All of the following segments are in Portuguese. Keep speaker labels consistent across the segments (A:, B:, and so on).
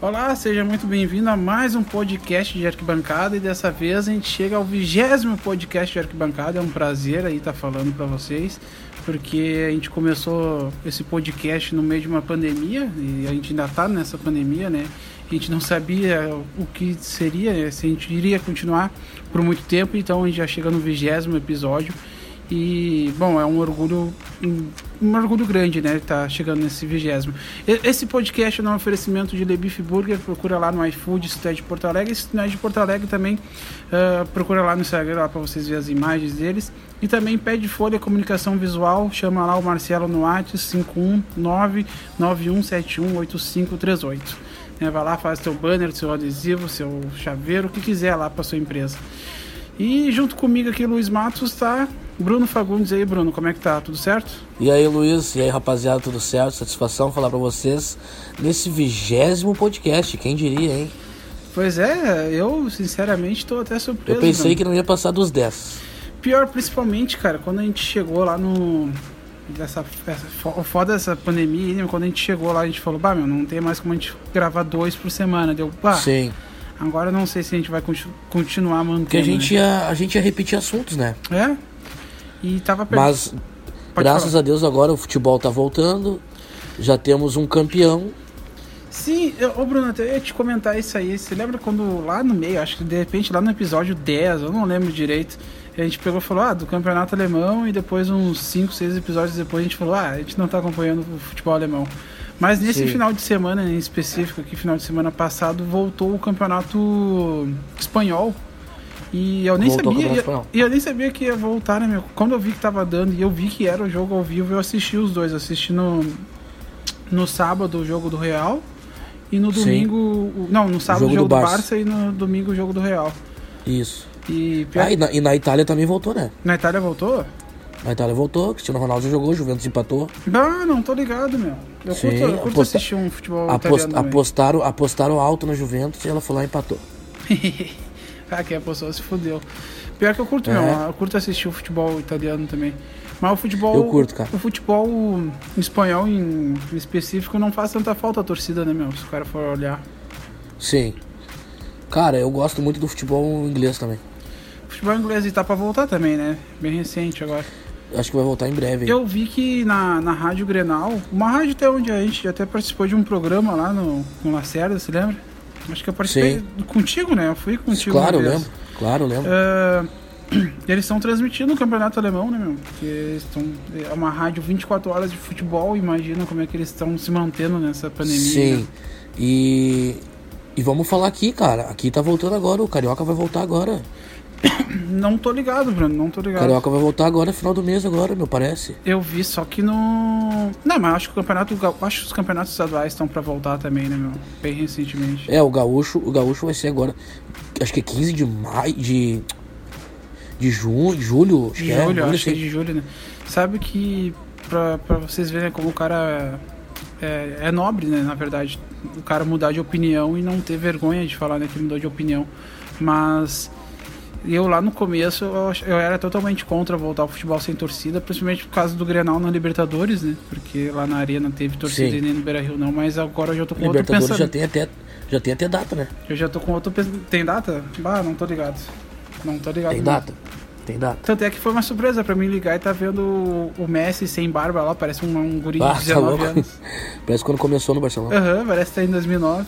A: Olá, seja muito bem-vindo a mais um podcast de Arquibancada e dessa vez a gente chega ao vigésimo podcast de Arquibancada. É um prazer aí estar falando para vocês, porque a gente começou esse podcast no meio de uma pandemia e a gente ainda está nessa pandemia, né? A gente não sabia o que seria, né? se a gente iria continuar por muito tempo, então a gente já chega no vigésimo episódio. E, bom, é um orgulho, um orgulho grande, né? Tá chegando nesse vigésimo. Esse podcast é um oferecimento de Lebif Burger. Procura lá no iFood, se tu é de Porto Alegre. Se tu não é de Porto Alegre também, uh, procura lá no Instagram lá para vocês verem as imagens deles. E também pede folha comunicação visual. Chama lá o Marcelo no WhatsApp 51991718538. É, vai lá, faz seu banner, seu adesivo, seu chaveiro, o que quiser lá para sua empresa. E junto comigo aqui, Luiz Matos, tá Bruno Fagundes. E aí, Bruno, como é que tá? Tudo certo?
B: E aí, Luiz? E aí, rapaziada, tudo certo? Satisfação falar para vocês nesse vigésimo podcast, quem diria, hein?
A: Pois é, eu sinceramente tô até surpreso.
B: Eu pensei mano. que não ia passar dos 10.
A: Pior, principalmente, cara, quando a gente chegou lá no. Dessa, essa, foda essa pandemia, né? quando a gente chegou lá, a gente falou, bah, meu, não tem mais como a gente gravar dois por semana. Deu, bah.
B: Sim.
A: Agora eu não sei se a gente vai continu continuar mantendo. Porque
B: a gente, né? ia, a gente ia repetir assuntos, né?
A: É? E tava
B: per... Mas, Pode graças falar. a Deus, agora o futebol tá voltando. Já temos um campeão.
A: Sim, eu, ô Bruno, eu ia te comentar isso aí. Você lembra quando lá no meio, acho que de repente lá no episódio 10, eu não lembro direito, a gente pegou e falou, ah, do campeonato alemão, e depois uns 5, 6 episódios depois a gente falou, ah, a gente não tá acompanhando o futebol alemão. Mas nesse Sim. final de semana em específico, aqui final de semana passado, voltou o campeonato espanhol. E eu nem voltou sabia. E eu, e eu, nem sabia que ia voltar, né, meu? Quando eu vi que tava dando e eu vi que era o jogo ao vivo, eu assisti os dois. Assisti no, no sábado o jogo do Real e no domingo. O, não, no sábado o jogo, o jogo do, do Barça. Barça. e no domingo o jogo do Real.
B: Isso.
A: E,
B: ah, e, na, e na Itália também voltou, né?
A: Na Itália voltou?
B: A Itália voltou, Cristiano Ronaldo jogou, Juventus empatou.
A: Ah, não tô ligado, meu. Eu Sim, curto, eu curto aposta... assistir um futebol
B: tá
A: apost...
B: apostaram, apostaram alto na Juventus e ela foi lá e empatou.
A: ah, quem apostou se fudeu. Pior que eu curto, é. meu. Eu curto assistir o futebol italiano também. Mas o futebol.
B: Eu curto, cara.
A: O futebol espanhol em específico não faz tanta falta a torcida, né, meu? Se o cara for olhar.
B: Sim. Cara, eu gosto muito do futebol inglês também.
A: O futebol inglês e tá pra voltar também, né? Bem recente agora
B: acho que vai voltar em breve. Hein?
A: Eu vi que na, na Rádio Grenal, uma rádio até onde a gente até participou de um programa lá no, no Lacerda, você lembra? Acho que eu participei Sim. contigo, né? Eu fui contigo.
B: Claro, eu lembro. Claro, eu lembro.
A: Uh, eles estão transmitindo o campeonato alemão, né, meu? Porque eles estão. É uma rádio 24 horas de futebol, imagina como é que eles estão se mantendo nessa pandemia.
B: Sim.
A: Né?
B: E. E vamos falar aqui, cara. Aqui tá voltando agora, o Carioca vai voltar agora.
A: Não tô ligado, Bruno, não tô ligado.
B: Carioca vai voltar agora, final do mês agora, meu, parece.
A: Eu vi, só que no... Não, mas acho que o campeonato... Acho que os campeonatos estaduais estão pra voltar também, né, meu? Bem recentemente.
B: É, o Gaúcho, o Gaúcho vai ser agora... Acho que é 15 de maio, de... De junho, julho,
A: acho de que
B: assim.
A: julho, é. Julho, acho que de julho, né? Sabe que, pra, pra vocês verem como o cara é, é nobre, né, na verdade. O cara mudar de opinião e não ter vergonha de falar, né, que mudou de opinião. Mas eu lá no começo eu, eu, era totalmente contra voltar ao futebol sem torcida, principalmente por causa do Grenal na Libertadores, né? Porque lá na Arena teve torcida Sim. e nem no Beira Rio não, mas agora eu já tô com outro pensamento.
B: já tem até já tem até data, né?
A: Eu já tô com outro pensamento. Tem data? Ah, não tô ligado. Não tô ligado.
B: Tem
A: não.
B: data. Tem data.
A: Tanto é que foi uma surpresa pra mim ligar e tá vendo o Messi sem barba lá, parece um, um guri ah, de 19 tá anos.
B: parece quando começou no Barcelona.
A: Aham, uhum, parece que tá em 2009.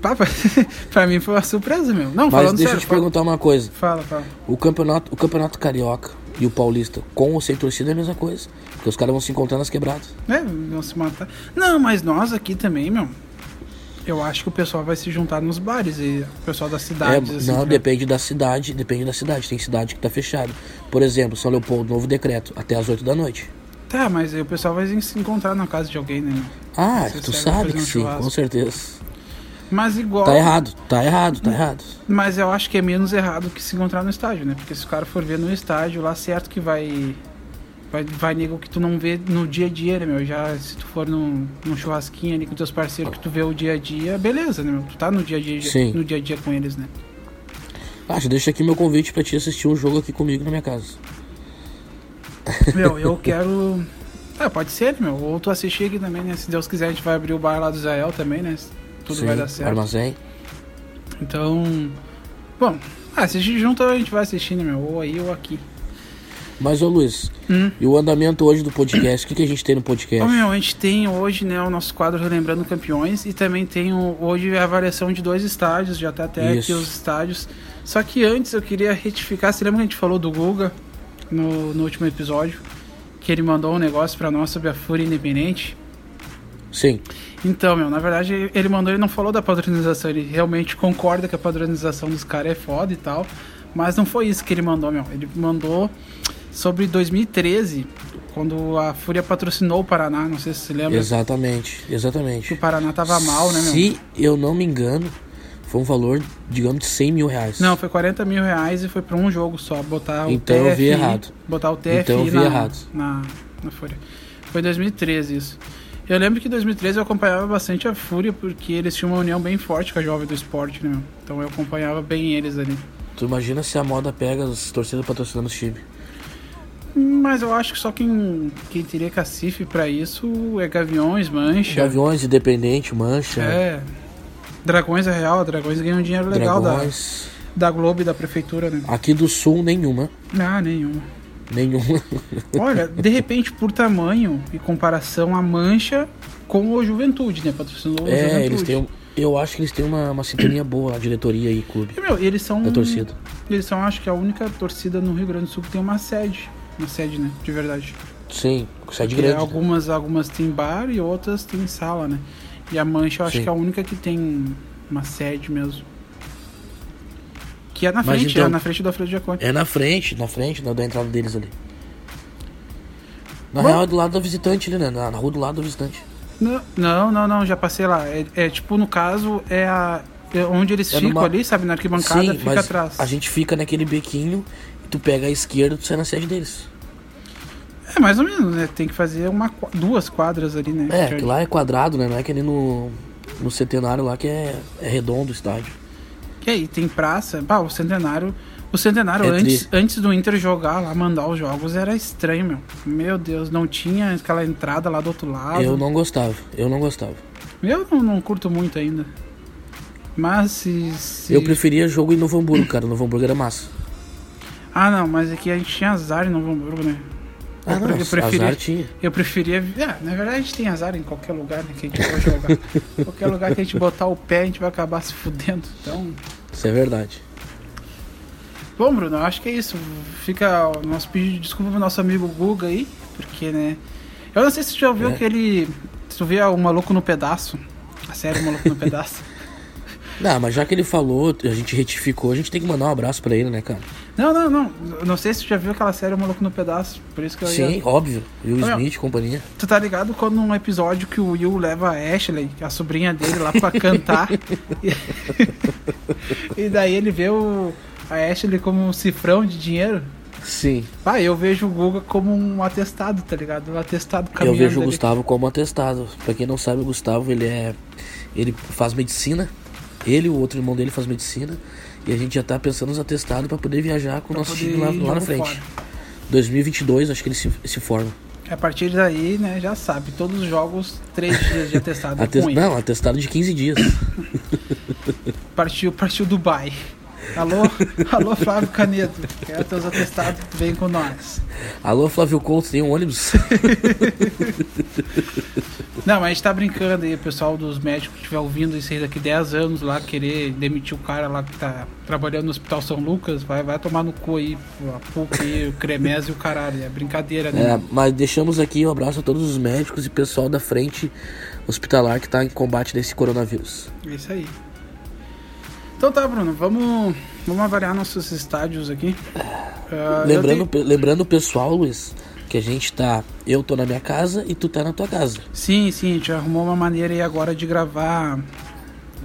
A: Pá, pra mim foi uma surpresa mesmo. Não,
B: Mas deixa
A: sério,
B: eu te fala... perguntar uma coisa.
A: Fala, fala.
B: O campeonato, o campeonato carioca e o paulista, com ou sem torcida, é a mesma coisa. Porque os caras vão se encontrar nas quebradas.
A: É, vão se matar. Não, mas nós aqui também, meu. Eu acho que o pessoal vai se juntar nos bares e o pessoal da cidade. né?
B: É, assim, não, que... depende da cidade, depende da cidade. Tem cidade que tá fechada. Por exemplo, São Leopoldo, novo decreto, até as 8 da noite.
A: Tá, mas aí o pessoal vai se encontrar na casa de alguém, né?
B: Ah, Você tu sabe que sim, churrasco. com certeza.
A: Mas igual.
B: Tá errado, tá errado, tá errado.
A: Mas eu acho que é menos errado que se encontrar no estádio, né? Porque se o cara for ver no estádio, lá certo que vai. Vai, vai nego que tu não vê no dia a dia, né, meu? Já se tu for num, num churrasquinho ali com teus parceiros que tu vê o dia a dia, beleza, né, meu? Tu tá no dia a dia, Sim. no dia a dia com eles, né?
B: Ah, deixa aqui meu convite pra te assistir um jogo aqui comigo na minha casa.
A: Meu, eu quero. Ah, pode ser, meu. Ou tu assistir aqui também, né? Se Deus quiser, a gente vai abrir o bar lá do Israel também, né? Tudo
B: Sim,
A: vai dar certo.
B: Armazém.
A: Então. Bom, ah, assistir junto a gente vai assistindo, meu. Ou aí ou aqui.
B: Mas, ô Luiz,
A: Hum.
B: e o andamento hoje do podcast? O que, que a gente tem no
A: Ô,
B: podcast?
A: meu, a gente tem hoje, né, o nosso quadro Relembrando Campeões e também tem o- hoje a avaliação de dois estádios, já tá até aqui
B: Isso.
A: os estádios. Só que antes eu queria retificar, você lembra que a gente falou do Guga no, no último episódio? Que ele mandou um negócio pra nós sobre a Fúria Independente.
B: Sim.
A: Então, meu, na verdade ele mandou, ele não falou da padronização, ele realmente concorda que a padronização dos caras é foda e tal, mas não foi isso que ele mandou, meu. Ele mandou sobre 2013, quando a Fúria patrocinou o Paraná, não sei se você lembra.
B: Exatamente,
A: que o
B: exatamente.
A: Paraná tava mal, né, meu?
B: Se eu não me engano, foi um valor, digamos, de 100 mil reais.
A: Não, foi 40 mil reais e foi pra um jogo só, botar o
B: Então
A: TFI,
B: eu vi errado.
A: Botar o TFI
B: Então eu vi
A: na,
B: errado.
A: Na, na Fúria. Foi em 2013 isso. Eu lembro que em 2013 eu acompanhava bastante a Fúria, porque eles tinham uma união bem forte com a Jovem do Esporte, né, meu? Então eu acompanhava bem eles ali.
B: Tu imagina se a moda pega as torcidas patrocinando o time.
A: Mas eu acho que só quem, quem teria cacife pra isso é Gaviões, Mancha.
B: Gaviões, né? Independente, Mancha,
A: É. Dragões é real, Dragões ganha um dinheiro legal da,
B: Dragões.
A: da Globo e da Prefeitura, né?
B: Aqui do Sul, nenhuma.
A: Ah, nenhuma.
B: Nenhuma.
A: Olha, de repente, por tamanho e comparação, a Mancha com o Juventude, né? Patrocinou o
B: é,
A: Juventude.
B: eles têm. um- Eu acho que eles têm uma, uma sintonia boa, a diretoria e clube.
A: E, meu, eles são...
B: Da torcida.
A: Eles são, acho que, a única torcida no Rio Grande do Sul que tem uma sede. Uma sede, né? De verdade.
B: Sim,
A: Porque
B: sede grande. né?
A: algumas, algumas tem bar e outras tem sala, né? E a Mancha, eu acho
B: Sim.
A: que é a única que tem uma sede mesmo. Que é na
B: Mas
A: frente,
B: então-
A: é na frente da Frente de Aconte.
B: É na frente, na frente da, da entrada deles ali. Na
A: Bom.
B: real é do lado da visitante ali, né? Na, na rua do lado do visitante.
A: Não, Não, não, não, já passei lá. É, é, tipo, no caso, é a... é onde eles
B: É
A: ficam
B: numa-
A: ali, sabe? Na arquibancada,
B: Sim,
A: fica
B: mas
A: atrás.
B: a gente fica naquele bequinho e tu pega a esquerda e tu sai na sede deles.
A: É, mais ou menos, né? Tem que fazer uma, qua- duas quadras ali, né?
B: É,
A: Que-
B: que lá é quadrado, né? Não é que ali no, no centenário lá que é, é redondo o estádio.
A: Que aí tem praça. Bah, o Centenário... O Centenário,
B: É
A: antes,
B: tri.
A: antes do Inter jogar lá, mandar os jogos, era estranho, meu. Meu Deus, não tinha aquela entrada lá do outro lado.
B: eu não gostava, eu não gostava.
A: Eu não, não curto muito ainda. Mas se... se-
B: Eu preferia jogo em Novo Hamburgo, cara. Novo Hamburgo era massa.
A: Ah, não, mas aqui a gente tinha azar em Novo Hamburgo, né?
B: Ah, não,
A: eu preferia,
B: azar tinha.
A: eu preferia. É, na verdade a gente tem azar em qualquer lugar né, que a gente for jogar. qualquer lugar que a gente botar o pé, a gente vai acabar se fudendo. Então,
B: Isso é verdade.
A: Bom, Bruno, eu acho que é isso. Fica o nosso pedido de desculpa pro nosso amigo Guga aí, porque, né? Eu não sei se tu já ouviu
B: É.
A: aquele. Se tu vê o Maluco no Pedaço, a série Maluco no Pedaço.
B: Não, mas já que ele falou, a gente retificou, a gente tem que mandar um abraço pra ele, né, cara?
A: Não, não, não. Eu não sei se tu já viu aquela série Maluco no Pedaço, por isso que eu ia-
B: Sim, óbvio. Will
A: Então, é. Olha.
B: Smith, e companhia.
A: Tu tá ligado quando um episódio que o Will leva a Ashley, é a sobrinha dele, lá pra cantar. e... e daí ele vê o... a Ashley como um cifrão de dinheiro.
B: Sim.
A: Pá, eu vejo o Guga como um atestado, tá ligado? Um atestado
B: Eu
A: caminhando
B: vejo o
A: ali.
B: Gustavo como atestado. Pra quem não sabe, o Gustavo, ele é. Ele faz medicina. Ele e o outro irmão dele faz medicina. E a gente já tá pensando nos atestados pra poder viajar com o
A: Pra
B: nosso
A: poder
B: time lá,
A: ir
B: lá
A: jogo
B: na frente.
A: fora.
B: 2022, acho que ele se, se forma.
A: A partir daí, né, já sabe, todos os jogos, três dias de atestado
B: Ates-
A: ruim.
B: Não, atestado de 15 dias.
A: Partiu, partiu Dubai. Alô, alô Flávio Canedo, quero teus atestados, vem com nós.
B: Alô, Flávio Couto, tem um ônibus?
A: Não, mas a gente tá brincando aí, o pessoal dos médicos que estiver ouvindo isso aí daqui 10 anos lá, querer demitir o cara lá que tá trabalhando no Hospital São Lucas, vai, vai tomar no cu aí, a PUC aí, o Cremés e o caralho, é brincadeira, né?
B: É, mas deixamos aqui um abraço a todos os médicos e pessoal da frente hospitalar que tá em combate desse coronavírus.
A: É isso aí. Então tá, Bruno, vamos, vamos avaliar nossos estádios aqui. Ah, eu tenho-
B: Lembrando, pe- lembrando o pessoal, Luiz, que a gente tá. Eu tô na minha casa e tu tá na tua casa.
A: Sim, sim, a gente arrumou uma maneira aí agora de gravar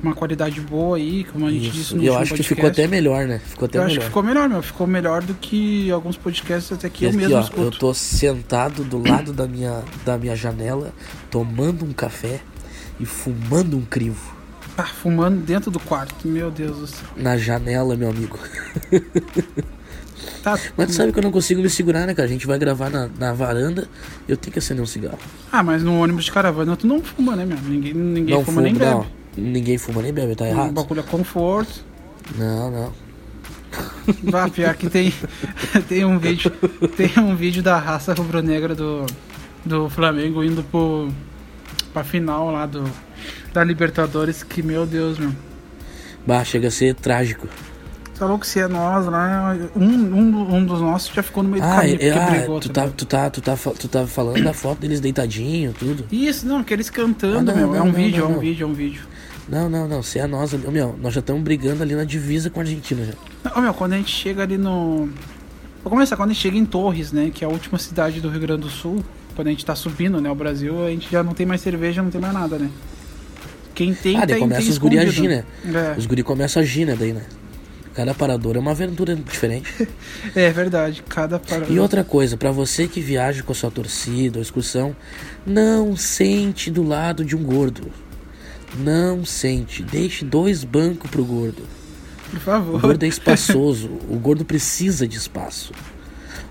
A: uma qualidade boa aí, como a gente disse no
B: E eu
A: último
B: acho que
A: podcast.
B: ficou até melhor, né? Ficou até
A: Eu acho
B: melhor.
A: que ficou melhor, meu. Ficou melhor do que alguns podcasts até que
B: E
A: eu
B: aqui,
A: mesmo
B: ó, eu
A: escuto.
B: tô sentado do lado da minha, da minha janela, tomando um café e fumando um crivo.
A: Ah, fumando dentro do quarto, meu Deus do céu.
B: Na janela, meu amigo.
A: Tá.
B: Mas tu sabe que eu não consigo me segurar, né, cara? A gente vai gravar na, na varanda, eu tenho que acender um cigarro.
A: Ah, mas no ônibus de caravana tu não fuma, né, meu? Ninguém, ninguém
B: não
A: fuma nem bebe.
B: não. Ninguém fuma nem bebe, tá
A: O
B: errado.
A: bagulho é conforto.
B: Não, não.
A: Bah, pior que tem, tem um vídeo. Tem um vídeo da raça rubro-negra do, do Flamengo indo pro, pra final lá do, da Libertadores, que meu Deus, meu.
B: Bah, chega a ser trágico.
A: Tá louco se é nós lá. Um, um, do- um dos nossos já ficou no meio do
B: Ah,
A: caminho
B: é,
A: porque
B: ah,
A: brigou.
B: tu,
A: tá
B: tá,
A: ligado?
B: tu, tá, tu, tá, fa- tu tá falando da foto deles deitadinho, tudo.
A: Isso, não, que eles cantando,
B: Ah, não,
A: meu. é
B: não,
A: um
B: não,
A: vídeo,
B: não,
A: é um
B: não.
A: vídeo, é um vídeo.
B: Não, não, não. Se é nós ali. ô, Meu, nós já estamos brigando ali na divisa com a Argentina já.
A: Não, meu, quando a gente chega ali no. Vou começar, quando a gente chega em Torres, né? Que é a última cidade do Rio Grande do Sul, quando a gente tá subindo, né? O Brasil, a gente já não tem mais cerveja, não tem mais nada, né? Quem tem,
B: Ah, daí
A: tem,
B: começa
A: tem
B: os guri a
A: escondido. É,
B: agir, né. Os guri começam a agir, né, daí, né? Cada parador é uma aventura diferente.
A: É, é verdade, cada parada.
B: E outra coisa, pra você que viaja com a sua torcida ou excursão, não sente do lado de um gordo. Não sente. Deixe dois bancos pro gordo.
A: Por
B: O
A: favor.
B: gordo é espaçoso. O gordo precisa de espaço.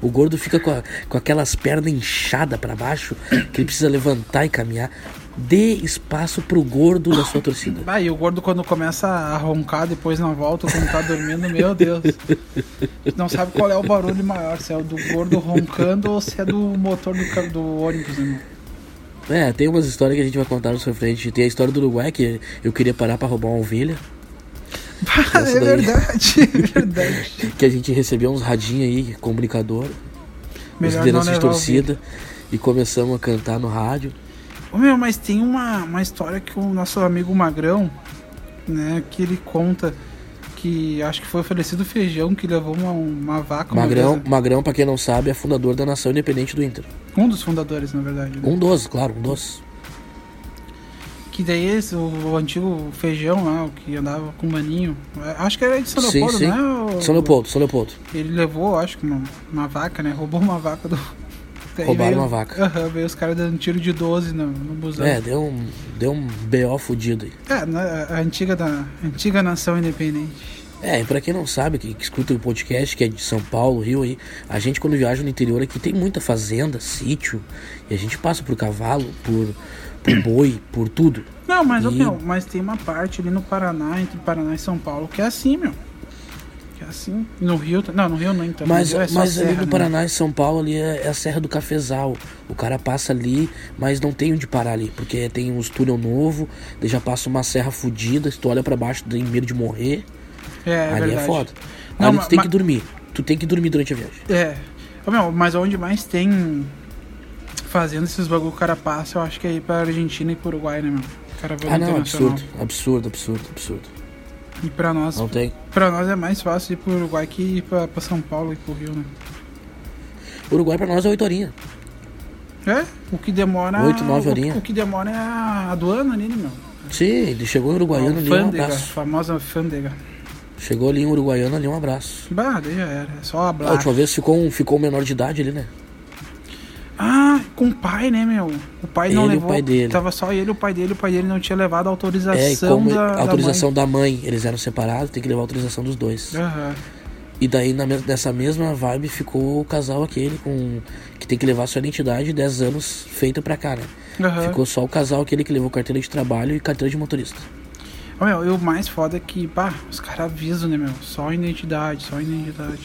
B: O gordo fica com, a- com aquelas pernas inchadas pra baixo, que ele precisa levantar e caminhar. Dê espaço pro gordo da sua torcida.
A: Ah, e o gordo quando começa a roncar depois na volta, quando tá dormindo, meu Deus. Não sabe qual é o barulho maior, se é o do gordo roncando ou se é do motor do, ca- do ônibus, né? meu?
B: É, tem umas histórias que a gente vai contar na sua frente. Tem a história do Uruguai, que eu queria parar pra roubar uma ovelha.
A: é
B: daí.
A: verdade, é verdade.
B: Que a gente recebeu uns radinhos aí, comunicador, os
A: Melhor não
B: lideranças
A: levar
B: de
A: o vídeo.
B: torcida. E começamos a cantar no rádio.
A: Ô, meu, mas tem uma, uma história que o nosso amigo Magrão, né, que ele conta que acho que foi o falecido feijão que levou uma, uma vaca. uma
B: Magrão,
A: vez, né?
B: Magrão, pra quem não sabe, é fundador da Nação Independente do Inter.
A: Um dos fundadores, na verdade. né?
B: Um dos, claro, um dos.
A: Que daí esse, o, o antigo feijão lá, o que andava com o maninho. é, Acho que era de São
B: Sim,
A: Leopoldo,
B: sim.
A: né? o-
B: São Leopoldo, São Leopoldo.
A: Ele levou, acho que uma, uma vaca, né? Roubou uma vaca do. Daí
B: Roubaram
A: veio-
B: uma vaca.
A: Aham, veio os caras dando tiro de 12 no, no busão.
B: É, deu um, deu um BO fudido aí.
A: É, na- a antiga, da, a antiga nação independente.
B: É, e pra quem não sabe, que, que escuta o podcast, que é de São Paulo, Rio aí, a gente quando viaja no interior aqui tem muita fazenda, sítio, e a gente passa por cavalo, por, por boi, por tudo.
A: Não, mas, ô,
B: E-
A: meu, mas tem uma parte ali no Paraná, entre Paraná e São Paulo, que é assim, meu. Que é assim. No Rio. ta- Não, no Rio não, então.
B: Mas,
A: no Rio é só
B: mas
A: serra,
B: ali no
A: né?
B: Paraná e São Paulo ali é, é a Serra do Cafezal. O cara passa ali, mas não tem onde parar ali, porque tem uns túnel novo, daí já passa uma serra fudida, se tu olha pra baixo, tem medo de morrer.
A: É, é
B: ali
A: verdade.
B: é foda.
A: Não,
B: ali
A: ma-
B: tu tem
A: ma-
B: que dormir. Tu tem que dormir durante a viagem.
A: É. Ô, meu, mas onde mais tem fazendo esses bagulho que o cara passa, eu acho que é ir pra Argentina e pro Uruguai, né, meu? Caravana
B: Ah, não,
A: internacional.
B: absurdo, absurdo, absurdo, absurdo.
A: E pra nós,
B: Não tem.
A: pra nós é mais fácil ir pro Uruguai que ir pra, pra São Paulo e pro Rio, né?
B: Uruguai pra nós é oito horinhas.
A: É? O que demora.
B: Oito, nove
A: o-
B: horinha.
A: O, que demora é a aduana ali, né, meu?
B: Sim, ele chegou em Uruguaiana ali, um
A: alfândega, a
B: abraço.
A: famosa alfândega.
B: Chegou ali em Uruguaiana ali, um abraço.
A: Bah, daí já era. É só
B: A
A: abraço.
B: última vez ficou um, ficou um menor de idade ali, né?
A: Ah, com o pai, né, meu? O pai não
B: Ele e o
A: levou.
B: pai dele.
A: Tava só ele e o pai dele. O pai dele não tinha levado a
B: É, e
A: autorização
B: como
A: da.
B: a autorização da mãe. eles eram separados, tem que levar a autorização dos dois.
A: Da mãe. Aham.
B: E daí na mes- nessa mesma vibe ficou o casal aquele com que tem que levar sua identidade 10 anos feita pra cá, né?
A: Aham.
B: Ficou só o casal aquele que levou carteira de trabalho e carteira de motorista.
A: Ô, meu, e o mais foda é que, pá, os caras avisam, né, meu? Só identidade, só identidade.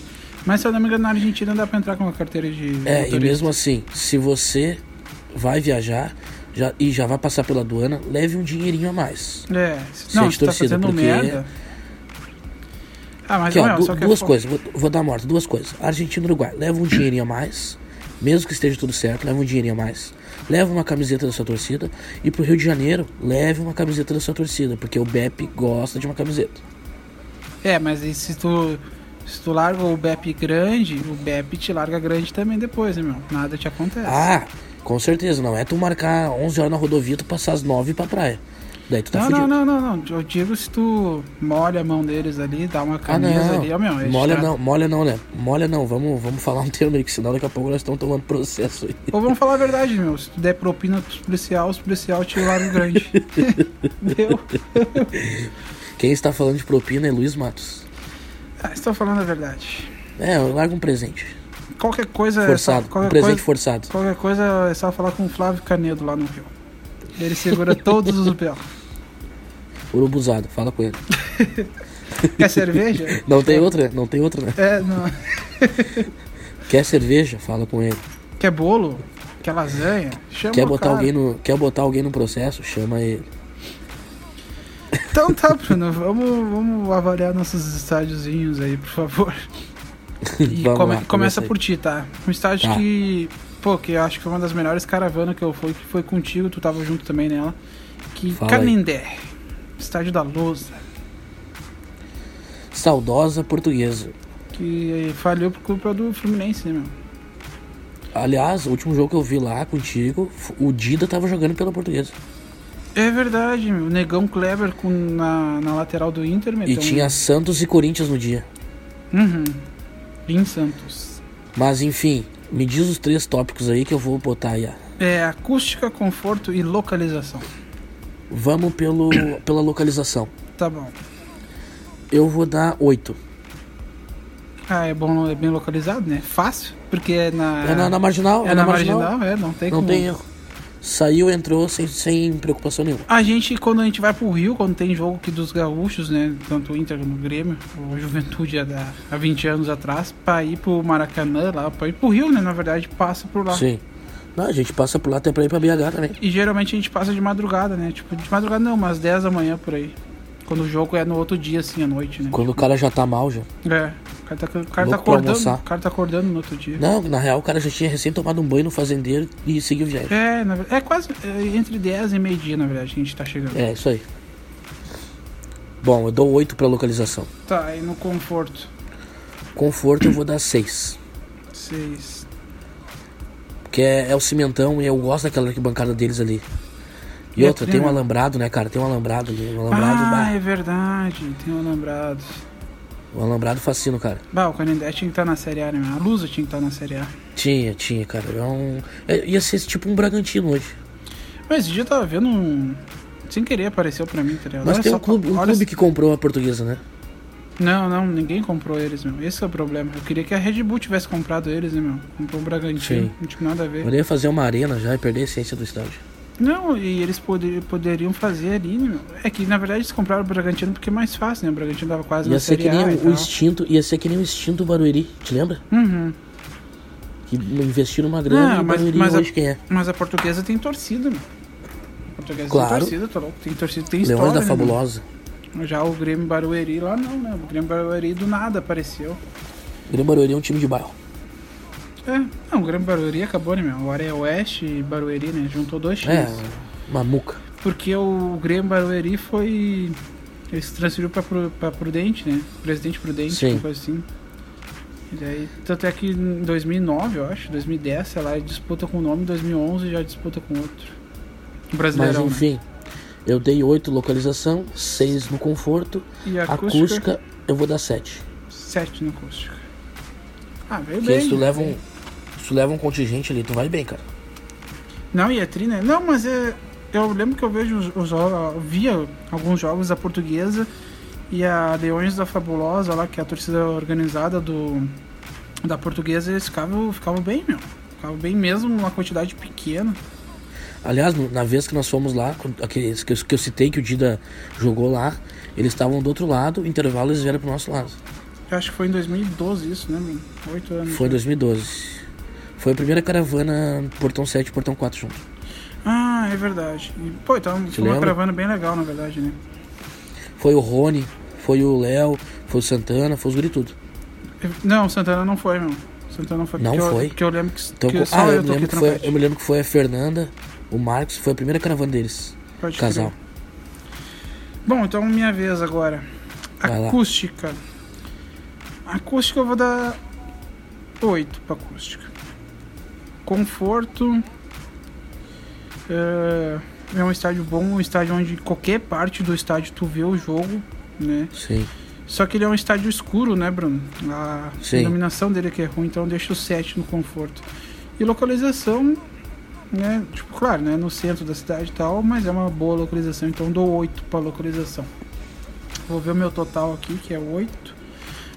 A: Mas se eu não me engano, na Argentina dá pra entrar com uma carteira de.
B: É,
A: motorista.
B: e mesmo assim, se você vai viajar já, e já vai passar pela aduana, leve um dinheirinho a mais.
A: É, se- não,
B: Sente
A: se tá
B: torcida,
A: fazendo
B: porque-
A: merda. Ah, mas
B: Aqui,
A: ô,
B: ó,
A: meu,
B: du-
A: só que é
B: duas
A: fo-
B: coisas, vou, vou dar a morte, duas coisas. Argentina e Uruguai, leva um dinheirinho a mais, mesmo que esteja tudo certo, leva um dinheirinho a mais. Leva uma camiseta da sua torcida. E pro Rio de Janeiro, leve uma camiseta da sua torcida, porque o BEP gosta de uma camiseta.
A: É, mas e se tu. Se tu larga o BEP grande, o BEP te larga grande também depois, né, meu? Nada te acontece.
B: Ah, com certeza, não é tu marcar 11 horas na rodovia, tu passar as 9 pra praia. Daí tu tá
A: não,
B: fudido.
A: não, não, não, não. Eu digo se tu molha a mão deles ali, dá uma
B: Ah,
A: camisa
B: não.
A: ali, ó, meu. é eles
B: molha
A: tratam.
B: não, molha não, né? Molha não, vamos, vamos falar um termo aí, que senão daqui a pouco nós estamos tomando processo aí.
A: Ou vamos falar a verdade, meu. Se tu der propina pros policial, os policial te largam grande. Deu?
B: Quem está falando de propina é Luiz Matos.
A: Ah, estou falando a verdade.
B: É, eu largo um presente.
A: Qualquer coisa. é
B: Forçado.
A: só- qualquer
B: um presente
A: coisa-
B: forçado.
A: Qualquer coisa é só falar com o Flávio Canedo lá no Rio. Ele segura todos os belos.
B: Urubuzado, fala com ele.
A: Quer cerveja?
B: Não tem outra? Não tem outra, né?
A: É, não.
B: Quer cerveja? Fala com ele.
A: Quer bolo? Quer lasanha? Chama
B: Quer
A: o
B: botar
A: cara.
B: alguém no, quer botar alguém no processo? Chama ele.
A: Então tá, Bruno, vamos, vamos avaliar nossos estádiozinhos aí, por favor. E
B: Vamos
A: come-
B: lá,
A: começa
B: aí.
A: por ti, tá? Um estádio
B: Tá.
A: que, pô, que eu acho que foi uma das melhores caravanas que eu fui, que foi contigo, tu tava junto também nela. Que
B: Fala aí.
A: Canindé, estádio da Lousa,
B: Saudosa portuguesa.
A: que falhou por culpa do Fluminense, né, meu?
B: Aliás, o último jogo que eu vi lá contigo, f- o Dida tava jogando pela portuguesa.
A: É verdade, meu. Negão Kleber com, na, na lateral do Inter,
B: E
A: meteu um-
B: tinha Santos e Corinthians no dia.
A: Uhum. Em Santos.
B: Mas enfim, me diz os três tópicos aí que eu vou botar aí. ó.
A: É acústica, conforto e localização.
B: Vamos pelo, pela localização.
A: Tá bom.
B: Eu vou dar oito.
A: Ah, é bom, é bem localizado, né? Fácil, porque é na.
B: É na, na marginal?
A: é na marginal, é, não tem
B: Não
A: como.
B: tem erro. Saiu, entrou sem, sem preocupação nenhuma.
A: A gente, quando a gente vai pro Rio, quando tem jogo aqui dos gaúchos, né? Tanto o Inter como o Grêmio, ou a Juventude há, da- há 20 anos atrás, pra ir pro Maracanã lá, pra ir pro Rio, né? Na verdade, passa por lá.
B: Sim. Não, a gente passa por lá até pra ir pra BH também.
A: E geralmente a gente passa de madrugada, né? Tipo, de madrugada não, umas 10 da manhã por aí. Quando o jogo é no outro dia, assim, à noite, né?
B: Quando o cara já tá mal já.
A: É. O cara tá, o cara tá
B: pra
A: acordando.
B: almoçar.
A: O cara tá acordando no outro dia.
B: Não, na real o cara já tinha recém tomado um banho no fazendeiro e seguiu viagem.
A: É, na ver- é quase é, entre 10 e meio-dia, na verdade, que a gente tá chegando.
B: É, isso aí. Bom, eu dou oito pra localização.
A: Tá, e no conforto?
B: Conforto eu vou dar seis.
A: Seis.
B: Porque é, é o cimentão e eu gosto daquela arquibancada deles ali. E
A: É
B: outra,
A: tri,
B: tem um
A: né?
B: alambrado, né, cara? Tem um alambrado ali. Um alambrado,
A: Ah,
B: bah,
A: é verdade, tem um lembrado.
B: um alambrado fascina, cara.
A: Bah, o Canindé tinha que estar na Série A, né? meu? A Lusa tinha que estar na Série A.
B: Tinha, tinha, cara. É um... é- ia ser tipo um Bragantino hoje.
A: Mas esse dia eu tava vendo um... Sem querer apareceu pra mim, tá ligado?
B: Mas
A: Olha
B: tem
A: só
B: um clube,
A: co-
B: um
A: olha
B: clube que comprou a portuguesa, né?
A: Não, não, ninguém comprou eles, meu. Esse que é o problema. Eu queria que a Red Bull tivesse comprado eles, né, meu? Comprou o Bragantino,
B: Sim.
A: não tinha nada a ver.
B: Poderia fazer uma arena já e perder a essência do estádio.
A: Não, e eles poder- poderiam fazer ali, né, meu? É que, na verdade, eles compraram o Bragantino porque é mais fácil, né? O Bragantino tava quase
B: Ia
A: na
B: ser
A: Série
B: que nem
A: A e
B: o,
A: tal.
B: o instinto, ia ser que nem o instinto do Barueri, te lembra?
A: Uhum.
B: Que investiram uma grana
A: Não,
B: e o
A: Ah, mas-
B: Barueri
A: mas a-
B: hoje quem é?
A: Mas a portuguesa tem torcida, meu. A portuguesa tem
B: Claro.
A: torcida, tô louco. Tem torcida, tem história.
B: Leões da
A: né,
B: Fabulosa.
A: meu? Já o Grêmio Barueri lá não, né? O Grêmio Barueri do nada apareceu.
B: Grêmio Barueri é um time de bairro.
A: É, não, o Grêmio Barueri acabou, né, meu? Agora é Oeste e Barueri, né? Juntou dois
B: É,
A: times.
B: uma muca.
A: Porque o Grêmio Barueri foi. Ele se transferiu pra, Pru- pra Prudente, né? Presidente Prudente,
B: Sim.
A: uma coisa assim. E daí, tanto é que em 2009, eu acho, 2010, sei lá, ele disputa com um nome, em 2011 já disputa com outro. O
B: Mas
A: Brasileirão, né?
B: enfim, eu dei 8 localização, 6 no conforto,
A: né? E a acústica,
B: acústica, eu vou dar 7.
A: 7 no acústica. Ah, veio
B: Porque
A: bem.
B: se tu, leva um, se tu leva um contingente ali, tu vai bem, cara.
A: Não, e é tri, né? Não, mas é. Eu lembro que eu vejo os, os- eu via alguns jogos da portuguesa e a Leões da Fabulosa lá, que é a torcida organizada do da portuguesa, eles ficavam, ficavam bem, meu. Ficavam bem mesmo, uma quantidade pequena.
B: Aliás, no- na vez que nós fomos lá, quando- aqueles que eu, que eu citei que o Dida jogou lá, eles estavam do outro lado, intervalo eles vieram pro nosso lado.
A: Eu acho que foi em 2012 isso, né, meu? Oito anos.
B: Foi em 2012. Foi a primeira caravana Portão 7 e Portão 4 junto.
A: Ah, é verdade. E, pô, então foi uma
B: lembra?
A: caravana bem legal, na verdade, né?
B: Foi o Rony, foi o Léo, foi o Santana, foi os guri tudo.
A: Não, Santana não foi, meu. Santana não foi.
B: Não
A: porque
B: foi?
A: Eu, porque eu lembro que,
B: Então,
A: que
B: co-
A: só
B: ah, eu,
A: eu
B: me
A: toquei
B: lembro que foi,
A: trompete.
B: eu me lembro que foi a Fernanda, o Marcos, foi a primeira caravana deles,
A: Pode crer.
B: casal.
A: Bom, então minha vez agora.
B: Vai lá.
A: Acústica. Acústica eu vou dar 8 pra acústica. Conforto. É, é um estádio bom, um estádio onde qualquer parte do estádio tu vê o jogo, né?
B: Sim.
A: Só que ele é um estádio escuro, né, Bruno? A
B: Sim.
A: iluminação dele que é ruim, então deixa o 7 no conforto. E localização, né? Tipo, claro, né? No centro da cidade e tal, mas é uma boa localização, então dou 8 pra localização. Vou ver o meu total aqui, que é 8.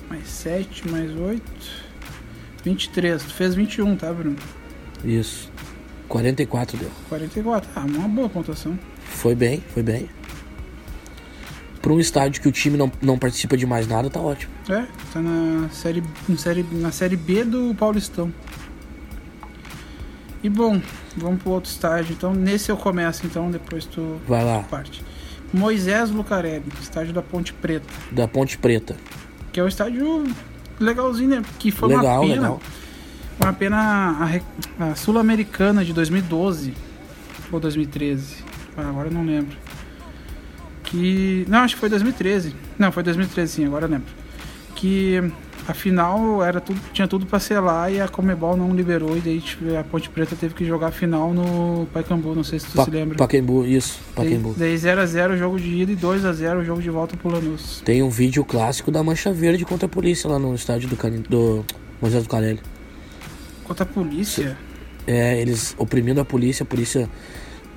A: Mais 7, mais 8. 23. Tu fez 21, tá, Bruno?
B: Isso. 44 deu.
A: 44. Ah, uma boa pontuação.
B: Foi bem, foi bem. Para um estádio que o time não, não participa de mais nada, tá ótimo.
A: É, tá na série, em série, na série B do Paulistão. E bom, vamos pro outro estádio. Então, nesse eu começo, então, depois tu
B: Vai lá,
A: parte. Moisés Lucarelli, estádio da Ponte Preta.
B: da Ponte Preta.
A: Que é um estádio legalzinho, né? Que foi
B: Legal,
A: uma pena.
B: legal.
A: Uma pena a re- a, Sul-Americana de 2012 ou 2013. Ah, agora eu não lembro. Que. Não, acho que foi 2013. Não, foi 2013 sim, agora eu lembro. Que a final era tudo, tinha tudo pra selar e a Comebol não liberou e daí tipo, a Ponte Preta teve que jogar a final no Pacaembu, não sei se tu
B: Pa
A: se lembra.
B: Pacaembu, isso, Pacaembu.
A: Daí 0x0 o jogo de ida e 2x0 o jogo de volta pro Lanús.
B: Tem um vídeo clássico da Mancha Verde contra a polícia lá no estádio do, Cani, do Moisés do Canelli.
A: Quanto à polícia,
B: É, eles oprimindo a polícia, a polícia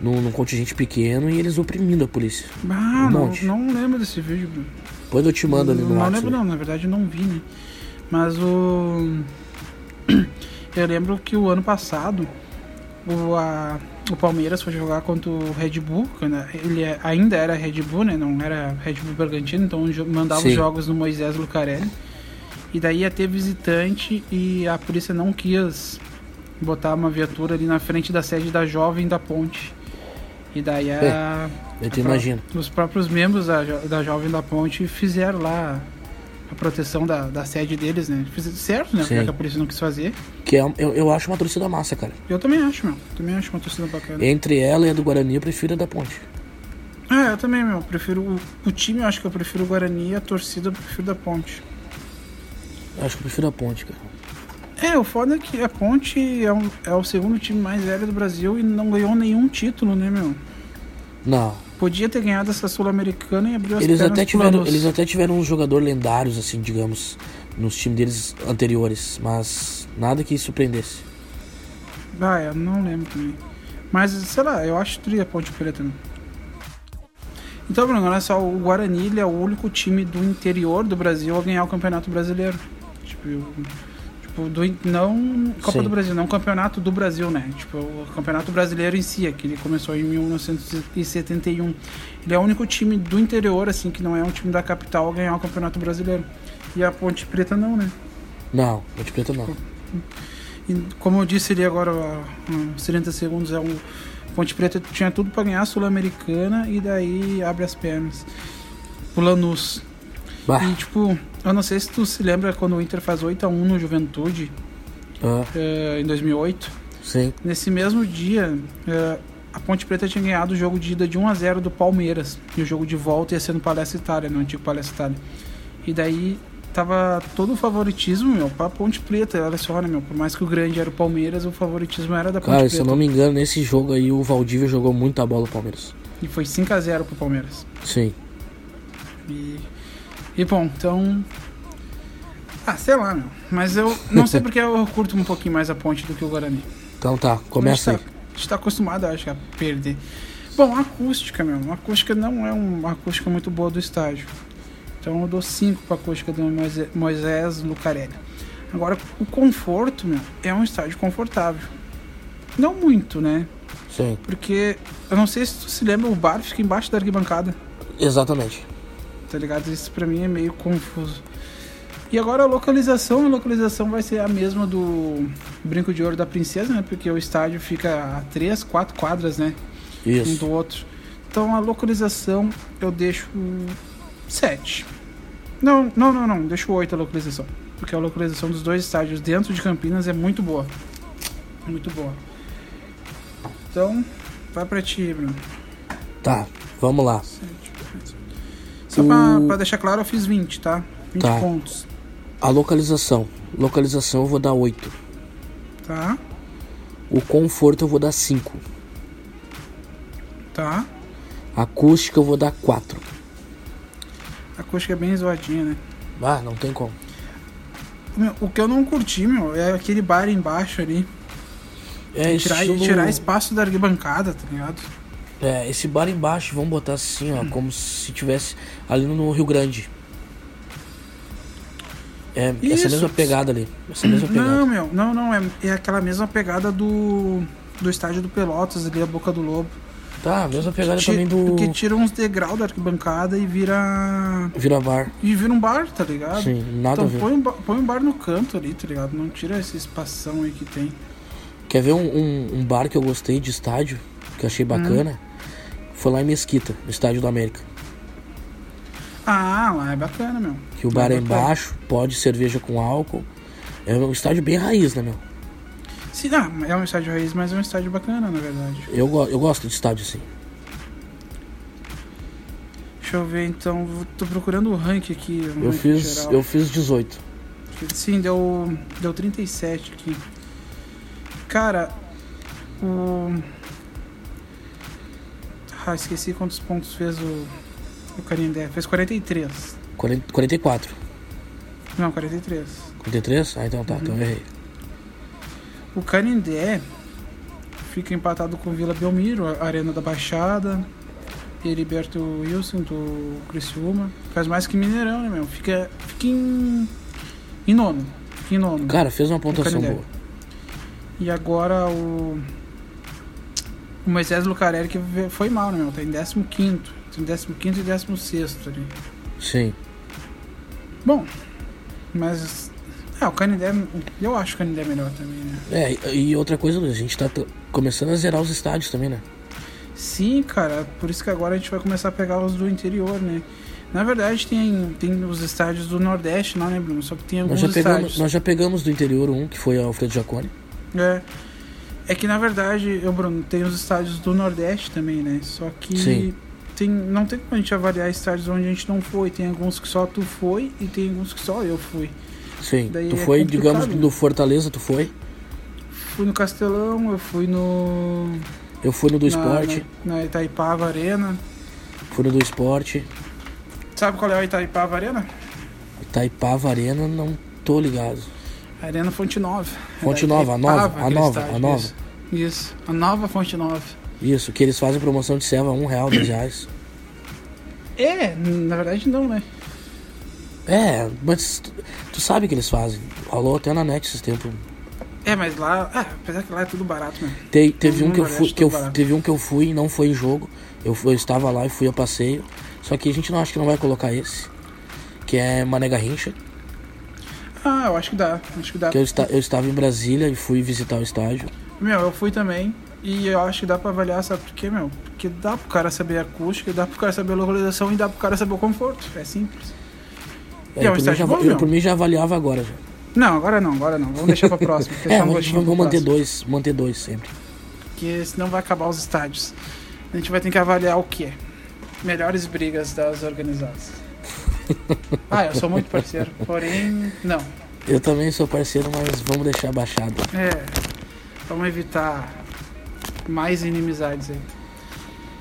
B: num, num contingente pequeno e eles oprimindo a polícia.
A: ah,
B: Um
A: não,
B: monte.
A: não lembro desse vídeo, Bruno.
B: Depois eu te mando ali no
A: não
B: WhatsApp.
A: lembro não, na verdade eu não vi, né? Mas o. Eu lembro que o ano passado o, a- o Palmeiras foi jogar contra o Red Bull, quando ele é- ainda era Red Bull, né? Não era Red Bull Bragantino, então jo- mandava
B: Sim.
A: os jogos no Moisés Lucarelli. E daí ia ter visitante e a polícia não quis botar uma viatura ali na frente da sede da Jovem da Ponte. E daí a.
B: Eu te
A: A pró-
B: imagino.
A: Os próprios membros da, Jo- da Jovem da Ponte fizeram lá a proteção da, da sede deles, né? Fizeram certo, né?
B: Sim.
A: Já que a polícia não quis fazer.
B: Que é, um- eu, eu acho uma torcida massa, cara.
A: Eu também acho, meu. Também acho uma torcida bacana.
B: Entre ela e a do Guarani, eu prefiro a da Ponte.
A: Ah, eu também, meu. Prefiro o, o time, eu acho que eu prefiro o Guarani e a torcida eu prefiro da Ponte.
B: Eu acho que eu prefiro a Ponte, cara.
A: É, o foda é que a Ponte é, um- é o segundo time mais velho do Brasil e não ganhou nenhum título, né, meu?
B: Não.
A: Podia ter ganhado essa Sul-Americana e abriu as
B: Eles
A: pernas
B: até,
A: pro
B: tiveram,
A: Lanús.
B: eles até tiveram uns jogadores lendários, assim, digamos, nos times deles anteriores. Mas nada que surpreendesse.
A: Ah, eu não lembro também. Mas, sei lá, eu acho trilha Ponte Preta. né? Então, Bruno, olha só, o Guarani ele é o único time do interior do Brasil a ganhar o Campeonato Brasileiro. Tipo, eu- tipo do, in- não Copa
B: Sim.
A: do Brasil, não Campeonato do Brasil, né? Tipo, o Campeonato Brasileiro em si, é que ele começou em 1971. Ele é o único time do interior, assim, que não é um time da capital a ganhar o Campeonato Brasileiro. E a Ponte Preta não, né?
B: Não, Ponte Preta não.
A: E, como eu disse ali agora, há uns 30 segundos, é um Ponte Preta tinha tudo pra ganhar a Sul-Americana e daí abre as pernas. O Lanús.
B: Bah,
A: E tipo, eu não sei se tu se lembra quando o Inter faz 8 a 1 no Juventude,
B: ah,
A: eh, em 2008.
B: sim.
A: Nesse mesmo dia, eh, a Ponte Preta tinha ganhado o jogo de ida de 1 a 0 do Palmeiras. E o jogo de volta ia ser no Palestra Itália, no antigo Palestra Itália. E daí tava todo o favoritismo, meu, pra Ponte Preta. Olha só, né, meu, por mais que o grande era o Palmeiras, o favoritismo era da Ponte
B: Cara, se
A: Preta.
B: eu não me engano, nesse jogo aí o Valdívia jogou muita bola o Palmeiras.
A: E foi 5 a 0 pro Palmeiras.
B: Sim.
A: E, e bom, então... Ah, sei lá, meu. Mas eu não sei porque eu curto um pouquinho mais a Ponte do que o Guarani.
B: Então tá, começa
A: a
B: aí.
A: gente tá, a gente tá acostumado, eu acho, a perder. Bom, a acústica, meu. A acústica não é uma acústica muito boa do estádio. Então eu dou 5 pra acústica do Moise- Moisés Lucarelli. Agora, o conforto, meu, é um estádio confortável. Não muito, né?
B: Sim,
A: Porque, eu não sei se tu se lembra, o bar fica embaixo da arquibancada
B: exatamente.
A: tá ligado? Isso pra mim é meio confuso. E agora a localização, a localização vai ser a mesma do Brinco de Ouro da Princesa, né? Porque o estádio fica a 3, 4 quadras, né? Um
B: Isso.
A: do outro. Então a localização eu deixo 7. Não, não, não, não, deixo 8 a localização. Porque a localização dos dois estádios dentro de Campinas é muito boa. Muito boa. Então, vai pra ti, Bruno.
B: Tá, vamos lá.
A: Só pra,
B: O-
A: pra deixar claro, eu fiz 20, tá? 20
B: Tá.
A: pontos.
B: A localização. Localização eu vou dar 8.
A: Tá,
B: O conforto eu vou dar 5.
A: tá.
B: Acústica eu vou dar 4.
A: A acústica é bem zoadinha, né?
B: Ah, não tem como.
A: Meu, o que eu não curti, meu, é aquele bar embaixo ali.
B: É
A: tirar,
B: estilo-
A: tirar espaço da arquibancada, tá ligado?
B: É, esse bar embaixo, vamos botar assim, ó, como se tivesse ali no Rio Grande. É, essa
A: Isso.
B: mesma pegada ali. Essa mesma pegada.
A: Não, meu, não, não. É, é aquela mesma pegada do, do estádio do Pelotas, ali, a Boca do Lobo.
B: Tá, a mesma pegada
A: Ti-
B: também do.
A: Que tira uns degrau da arquibancada e vira.
B: Vira bar.
A: E vira um bar, tá ligado?
B: Sim, nada a
A: então
B: ver.
A: põe um, ba- põe um bar no canto ali, tá ligado? Não tira esse espação aí que tem.
B: Quer ver um, um, um bar que eu gostei de estádio, que eu achei bacana? Foi lá em Mesquita, no estádio do América.
A: Ah, lá é bacana, meu.
B: Que o
A: Lá
B: bar é
A: bacana.
B: embaixo, pode cerveja com álcool. É um estádio bem raiz, né, meu?
A: Sim, não, é um estádio raiz, mas é um estádio bacana, na verdade.
B: Eu, go- eu gosto de estádio assim.
A: Deixa eu ver então, vou- tô procurando o rank aqui. o
B: Eu
A: ranking
B: fiz,
A: Uhum, geral.
B: eu fiz 18.
A: Sim, deu, deu 37 aqui. Cara, o. Ah, esqueci quantos pontos fez o, o Canindé. Fez 43.
B: 40, 44.
A: Não, 43.
B: 43? Ah, então tá, então eu errei.
A: Uhum. O Canindé fica empatado com o Vila Belmiro, a Arena da Baixada. Heriberto Wilson do Criciúma. Faz mais que Mineirão, né, meu? Fica, fica em. em nono. Fica em nono.
B: Cara, fez uma pontuação
A: Canindé.
B: boa.
A: E agora o. O Moisés Lucarelli que ve- foi mal, né, meu? Tá em tá 15. Tem 15 e 16 ali.
B: Sim.
A: Bom, mas. Ah, o Canindé. Eu acho o Canindé melhor também, né?
B: É, e e outra coisa, Luiz, a gente tá t- começando a zerar os estádios também, né?
A: Sim, cara, por isso que agora a gente vai começar a pegar os do interior, né? Na verdade, tem, tem os estádios do Nordeste lá, né, Bruno? Só que tem
B: Nós
A: alguns
B: já, um pegamos,
A: estádios.
B: nós já pegamos do interior um, que foi o Alfredo Jacone.
A: É. É que na verdade, eu, Bruno, tem os estádios do Nordeste também, né? Só que
B: Sim.
A: tem, não tem como a gente avaliar estádios onde a gente não foi. Tem alguns que só tu foi e tem alguns que só eu fui.
B: Sim.
A: Daí
B: tu
A: é
B: foi,
A: complicado,
B: digamos,
A: né?
B: do Fortaleza, tu foi.
A: Fui no Castelão, eu fui no.
B: Eu fui no do
A: na-
B: esporte.
A: Na, na Itaipava Arena.
B: Fui no do esporte.
A: Sabe qual é a Itaipava Arena?
B: Itaipava Arena, não tô ligado.
A: Arena Fonte Nova.
B: Fonte
A: Era
B: Nova, a nova,
A: Itaipava,
B: a
A: aquele
B: nova,
A: estádio,
B: a nova.
A: Isso, isso, a nova Fonte Nova.
B: Isso, que eles fazem promoção de ceva um real, dois reais.
A: É, na verdade não, né?
B: É, mas tu, tu sabe que eles fazem. Alô, até na net esses tempos.
A: É, mas lá, ah, apesar que lá é tudo barato, né?
B: Te- teve, um que eu
A: Hum,
B: fui, que eu,
A: parece barato.
B: teve um que eu fui e não foi em jogo. Eu, fui- eu estava lá e fui a passeio. Só que a gente não acha que não vai colocar esse. Que é Mané Garrincha.
A: Ah, eu acho que dá, acho que dá.
B: Que eu, esta, eu estava em Brasília e fui visitar o estádio.
A: Meu, eu fui também e eu acho que dá pra avaliar, sabe por quê, meu? Porque dá pro cara saber a acústica, dá pro cara saber a localização e dá pro cara saber o conforto. É simples.
B: É,
A: É,
B: eu,
A: um
B: por mim,
A: estádio
B: já,
A: bom,
B: eu
A: não?
B: por mim já avaliava agora. Já.
A: Não, agora não, agora não. Vamos deixar pra próxima. porque
B: É,
A: só um
B: vamos,
A: gostinho
B: vamos
A: pro
B: manter
A: próximo,
B: dois, manter dois sempre.
A: Porque senão vai acabar os estádios. A gente vai ter que avaliar o que é. Melhores brigas das organizadas. Ah, eu sou muito parceiro, porém, não.
B: Eu também sou parceiro, mas vamos deixar baixado.
A: É. Vamos evitar mais inimizades aí.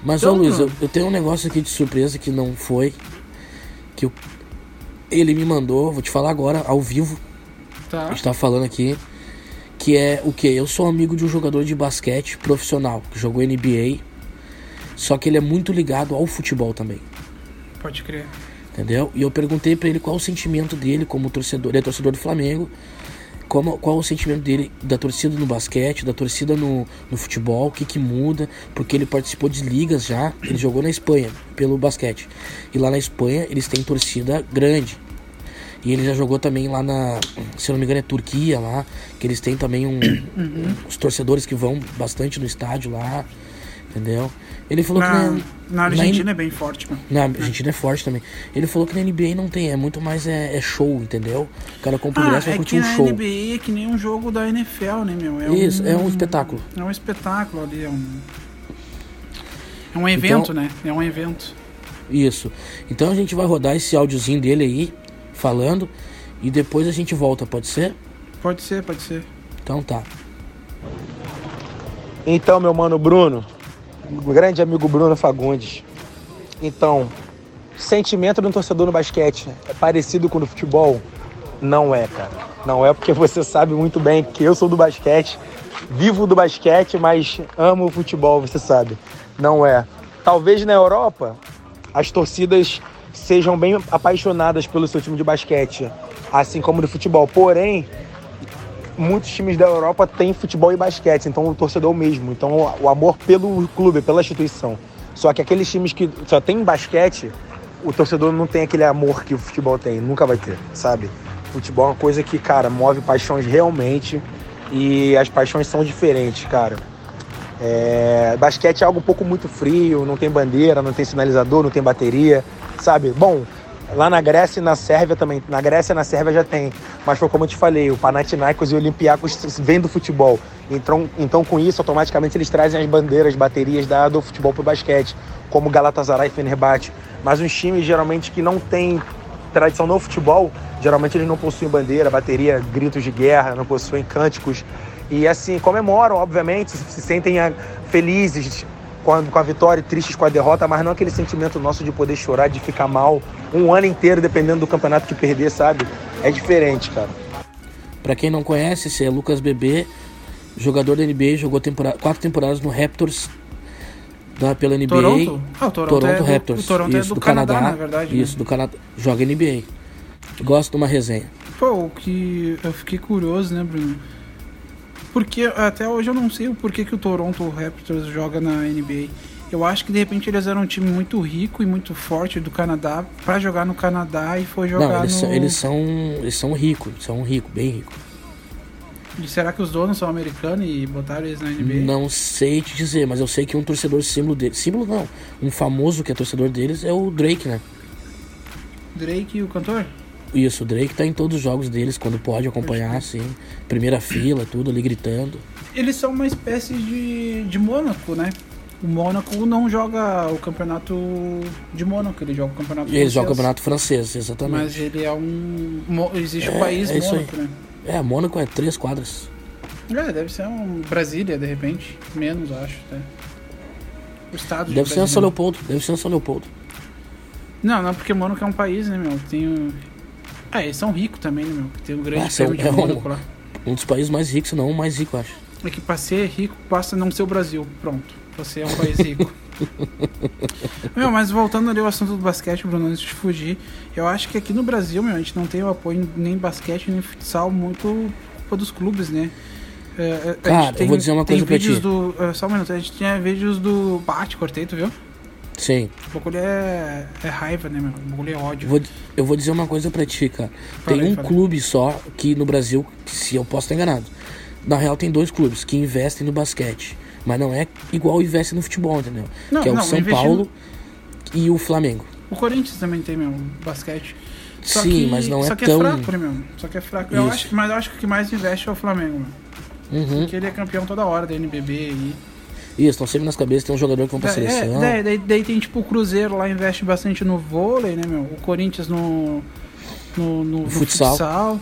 B: Mas,
A: Então,
B: ô Luiz, eu,
A: Bruno.
B: eu tenho um negócio aqui de surpresa que não foi. Que eu- ele me mandou, vou te falar agora, ao vivo,
A: Tá?
B: a gente tá falando aqui. Que é o quê? Eu sou amigo de um jogador de basquete profissional, que jogou NBA. Só que ele é muito ligado ao futebol também,
A: Pode crer.
B: entendeu? E eu perguntei pra ele qual o sentimento dele como torcedor, ele é torcedor do Flamengo. Como, qual o sentimento dele da torcida no basquete, da torcida no, no futebol, o que, que muda, porque ele participou de ligas já, ele jogou na Espanha pelo basquete. E lá na Espanha eles têm torcida grande. E ele já jogou também lá na, se eu não me engano, é Turquia lá, que eles têm também um, os torcedores que vão bastante no estádio lá, entendeu? Ele falou
A: Na,
B: que
A: na Argentina é bem forte, mano.
B: na Argentina é forte também. Ele falou que na NBA não tem, é muito mais é, é show, entendeu? O cara compra o ingresso e
A: é
B: vai
A: que
B: curtir um
A: na
B: show.
A: NBA é que nem um jogo da NFL, né, meu? É
B: Isso,
A: um,
B: é um espetáculo.
A: é um espetáculo ali, é um. É um
B: Então-
A: evento, né? É um evento.
B: Isso. Então a gente vai rodar esse áudiozinho dele aí, falando, e depois a gente volta, pode ser?
A: Pode ser, pode ser.
B: Então tá.
C: Então, meu mano Bruno, grande amigo Bruno Fagundes. Então, sentimento de um torcedor no basquete é parecido com o do futebol? Não é, cara. Não é porque você sabe muito bem que eu sou do basquete, vivo do basquete, mas amo o futebol, você sabe. Não é. Talvez na Europa as torcidas sejam bem apaixonadas pelo seu time de basquete. assim como do futebol. Porém, muitos times da Europa têm futebol e basquete, então o torcedor mesmo. Então o amor pelo clube, pela instituição. Só que aqueles times que só tem basquete, o torcedor não tem aquele amor que o futebol tem, nunca vai ter, sabe? Futebol é uma coisa que, cara, move paixões realmente e as paixões são diferentes, cara. É, basquete é algo um pouco muito frio, não tem bandeira, não tem sinalizador, não tem bateria, sabe? Bom, lá na Grécia e na Sérvia também, na Grécia e na Sérvia já tem, mas foi como eu te falei, o Panathinaikos e o Olympiacos vêm do futebol, então, então com isso automaticamente eles trazem as bandeiras, baterias da, do futebol pro basquete, como Galatasaray e Fenerbahçe, mas os times geralmente que não têm tradição no futebol, geralmente eles não possuem bandeira, bateria, gritos de guerra, não possuem cânticos, e assim, comemoram, obviamente, se sentem ah, felizes com a, com a, vitória e tristes com a derrota, mas não aquele sentimento nosso de poder chorar, de ficar mal um ano inteiro, dependendo do campeonato que perder, sabe? É diferente, cara.
B: Para quem não conhece, esse é Lucas Bebê, jogador da NBA, jogou temporada, quatro temporadas no Raptors da, pela NBA.
A: Toronto? Ah, o Toronto,
B: Toronto é Raptors.
A: Do, Toronto
B: isso,
A: é do, do Canadá, Canadá, na verdade.
B: Isso, né? do Canadá. Joga NBA. Gosto de uma resenha.
A: Pô, que eu fiquei curioso, né, Bruno? porque até hoje eu não sei o porquê que o Toronto Raptors joga na NBA. Eu acho que de repente eles eram um time muito rico e muito forte do Canadá para jogar no Canadá e foi jogar
B: não, eles
A: no...
B: São, eles são eles são ricos, são ricos, bem ricos.
A: E será que os donos são americanos e botaram eles na NBA?
B: Não sei te dizer, mas eu sei que um torcedor símbolo deles, símbolo não, um famoso que é torcedor deles é o Drake, né?
A: Drake, o cantor?
B: Isso, o Drake tá em todos os jogos deles, quando pode acompanhar, assim. Primeira fila, tudo ali gritando.
A: Eles são uma espécie de, de Mônaco, né? O Mônaco não joga o campeonato de Mônaco, ele joga o campeonato
B: francês. Ele joga o campeonato francês, exatamente.
A: Mas ele é um. Existe o um país
B: é
A: Mônaco, né?
B: É, Mônaco é três quadras.
A: É, deve ser um Brasília, de repente. Menos, acho, até. O estado
B: Deve de ser São Leopoldo, deve ser São Leopoldo.
A: Não, não, porque Mônaco é um país, né, meu? Tem. O... Ah, eles são ricos também, né, meu? Tem um grande
B: Ah, são-
A: prêmio de
B: é um-
A: Mônaco lá.
B: Um dos países mais ricos, se não o mais rico, eu acho.
A: É que pra ser rico, basta não ser o Brasil. Pronto. Você é um país rico. meu, mas voltando ali ao assunto do basquete, Bruno, antes de fugir, eu acho que aqui no Brasil, meu, a gente não tem o apoio nem em basquete, nem em futsal, muito culpa dos clubes, né? É, é, a gente
B: Cara, eu vou dizer uma
A: tem
B: coisa pra
A: vídeos
B: ti.
A: do. é, Só um minuto, a gente tinha vídeos do Bate, cortei, tu viu?
B: Sim.
A: O bagulho é, é raiva, né, meu? O bagulho é ódio.
B: Vou- eu vou dizer uma coisa pra ti, cara. Tem
A: Falei,
B: um
A: falei.
B: clube só que no Brasil, se eu posso estar enganado. Na real, tem dois clubes que investem no basquete. Mas não é igual investe no futebol, entendeu?
A: Não,
B: que é o
A: não,
B: São
A: investir
B: Paulo e o Flamengo.
A: O Corinthians também tem, meu, basquete. Só
B: Sim,
A: que,
B: mas não é
A: só que
B: tão-
A: é fraco, né, meu? Só que é fraco. Eu
B: Isso.
A: acho, mas eu acho que o que mais investe é o Flamengo, meu.
B: Uhum.
A: Porque ele é campeão toda hora da NBB aí.
B: Isso, estão sempre nas cabeças, tem um jogador que vão pra
A: É,
B: seleção.
A: daí, daí- daí tem tipo o Cruzeiro lá, investe bastante no vôlei, né, meu? O Corinthians no, no, no- no
B: Futsal.
A: futsal.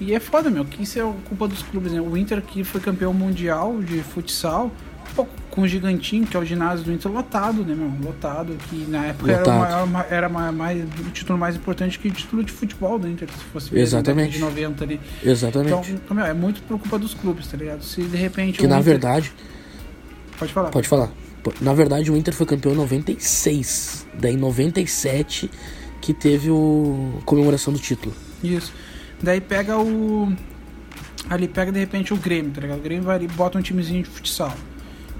A: E é foda, meu, que isso é culpa dos clubes, né? O Inter que foi campeão mundial de futsal, pô, com o Gigantinho, que é o ginásio do Inter, lotado, né, meu? Lotado, que na época era, o,
B: Lotado.
A: maior, ma- era ma- mais, o título mais importante que o título de futebol do Inter, se fosse ver, na década
B: Exatamente.
A: de 90 ali. Então,
B: Exatamente.
A: meu, é muito por culpa dos clubes, tá ligado? Se de repente
B: que
A: o
B: na
A: Inter-
B: verdade,
A: Pode falar.
B: Pode falar. Po- Na verdade, o Inter foi campeão em 96. Daí, em 97, que teve o... a comemoração do título.
A: Isso. Daí pega o. Ali pega de repente o Grêmio, tá ligado? O Grêmio vai ali, bota um timezinho de futsal.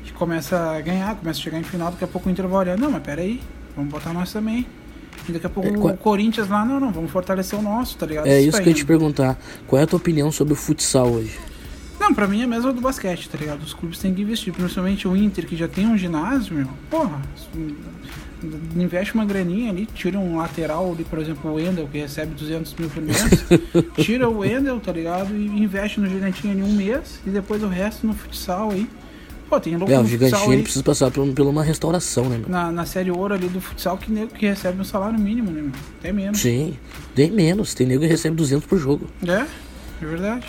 A: Que começa a ganhar, começa a chegar em final, daqui a pouco o Inter vai olhar. Não, mas pera aí, vamos botar nós também. E daqui a pouco
B: É,
A: o
B: qual-
A: Corinthians lá, não, não, vamos fortalecer o nosso, tá ligado?
B: É isso que eu ia te
A: aí, né?
B: perguntar. Qual é a tua opinião sobre o futsal hoje?
A: Não, pra mim é mesmo do basquete, tá ligado? Os clubes têm que investir, principalmente o Inter, que já tem um ginásio, meu. Porra, investe uma graninha ali, tira um lateral ali, por exemplo, o Wendel, que recebe 200 mil por mês, tira o Wendel, tá ligado? E investe no gigantinho ali um mês, e depois o resto no futsal aí. Pô, tem louco
B: É, o
A: no futsal
B: gigantinho
A: aí,
B: ele precisa passar por, por uma restauração, né, meu?
A: na, na série ouro ali do futsal, que nego que recebe um salário mínimo, né, meu? Até menos.
B: Sim. Tem menos. Tem nego que recebe 200 por jogo.
A: É, é verdade.